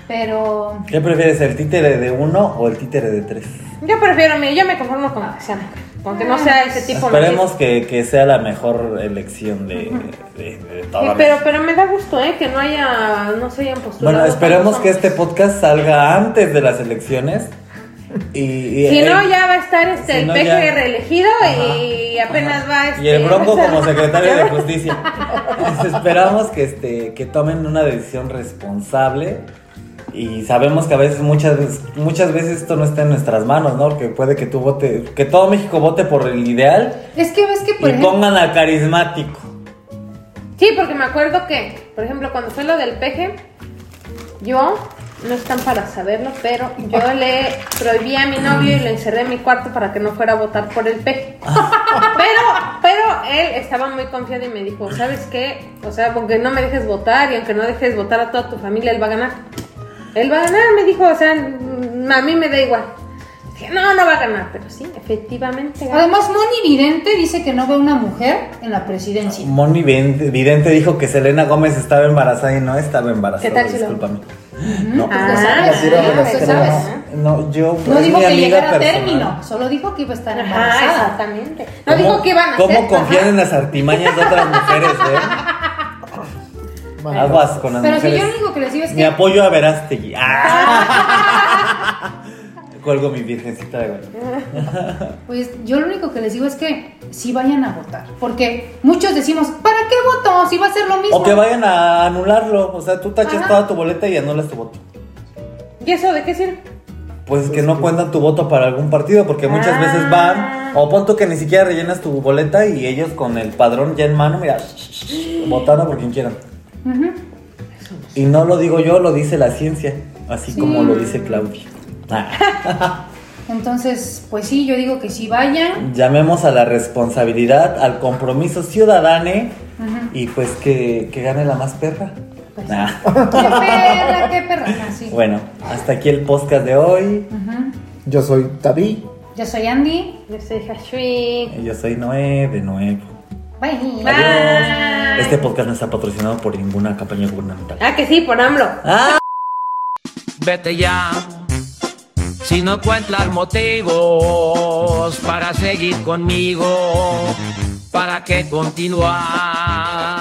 F: pero...
E: ¿Qué prefieres, el títere de uno o el títere de tres?
G: Yo prefiero, mire, yo me conformo con que sea mujer, con
F: Ah.
G: que no sea ese tipo
E: Esperemos que, que sea la mejor elección de, de, de
G: Eh,
E: todas.
G: pero, pero me da gusto, ¿eh? Que no haya, no se hayan postulado.
E: Bueno, esperemos
G: tantos
E: que este
G: hombres.
E: podcast salga antes de las elecciones. Y, y-
G: Si no,
E: eh,
G: ya va a estar este,
E: si
G: el
E: no,
G: peje
E: ya-
G: reelegido y
E: Ajá,
G: apenas
E: ajá.
G: va este,
E: Y el Bronco
G: a-
E: como secretario de justicia. Entonces, Esperamos que, este, que tomen una decisión responsable. Y sabemos que a veces, muchas, veces- muchas veces esto no está en nuestras manos, ¿no? Que puede que tú vote, que todo México vote por el ideal
F: Es que ves que, por
E: y
F: ejemplo,
E: pongan al carismático.
G: Sí, porque me acuerdo que, por ejemplo, cuando fue lo del peje, yo, no están para saberlo, pero yo le prohibí a mi novio y lo encerré en mi cuarto para que no fuera a votar por el peje.
F: Ah.
G: Pero, pero él estaba muy confiado y me dijo, ¿sabes qué? O sea, aunque no me dejes votar y aunque no dejes votar a toda tu familia, él va a ganar. Él va a ganar, me dijo, o sea, mm, a mí me da igual. Dije, no, no va a ganar, pero sí, efectivamente. ganó.
F: además Moni Vidente dice que no ve una mujer en la presidencia.
E: Moni Vidente Vidente dijo que Selena Gómez estaba embarazada y no estaba embarazada.
G: ¿Qué tal si lo-
E: discúlpame. No,
F: Ah, pues,
C: La tira de la
F: pues,
C: escalera,
F: ¿sabes?
C: ¿no?
E: no, yo
F: No
E: es
F: dijo
E: mi
F: que
E: amiga
F: llegara a
E: personal.
F: término, solo dijo que iba a estar
G: Ajá,
F: embarazada.
G: exactamente. No
E: ¿Cómo-
G: dijo que iban a
E: ¿Cómo
G: hacer,
E: confían
G: ajá.
E: en las artimañas de otras mujeres, eh?
C: Bueno,
E: Aguas con las
F: Pero si
E: mujeres.
F: yo lo único que les digo es
E: Mi
F: que
E: apoyo a Verástegui. Ah. Cuelgo mi virgencita de oro.
F: Pues yo lo único que les digo es que sí vayan a votar. Porque muchos decimos, ¿para qué voto? Si va a ser lo mismo.
E: O que vayan a anularlo. O sea, tú tachas
F: Ajá.
E: toda tu boleta y anulas tu voto.
G: ¿Y eso de qué sirve?
E: Pues que no cuentan tu voto para algún partido, porque muchas
G: Ah.
E: veces van, o pon tú que ni siquiera rellenas tu boleta y ellos con el padrón ya en mano, mira, votando por quien quieran. Y no lo digo yo, lo dice la ciencia, así como lo dice Claudio. Ah,
F: Entonces, pues sí, yo digo que sí vayan.
E: llamemos a la responsabilidad, al compromiso ciudadane y pues que, que gane la más perra. Ah,
F: ¡Qué perra, qué perra! Ah, sí.
E: bueno, hasta aquí el podcast de hoy.
C: Yo soy Tabi.
F: Yo soy Andy.
G: Yo soy Hashui.
E: Yo soy Noé, de nuevo.
F: Bye.
E: Adiós. Este podcast no está patrocinado por ninguna campaña gubernamental.
G: Ah, que sí, por AMLO.
I: vete ya. Si no encuentras motivos para seguir conmigo, ¿para qué continuar?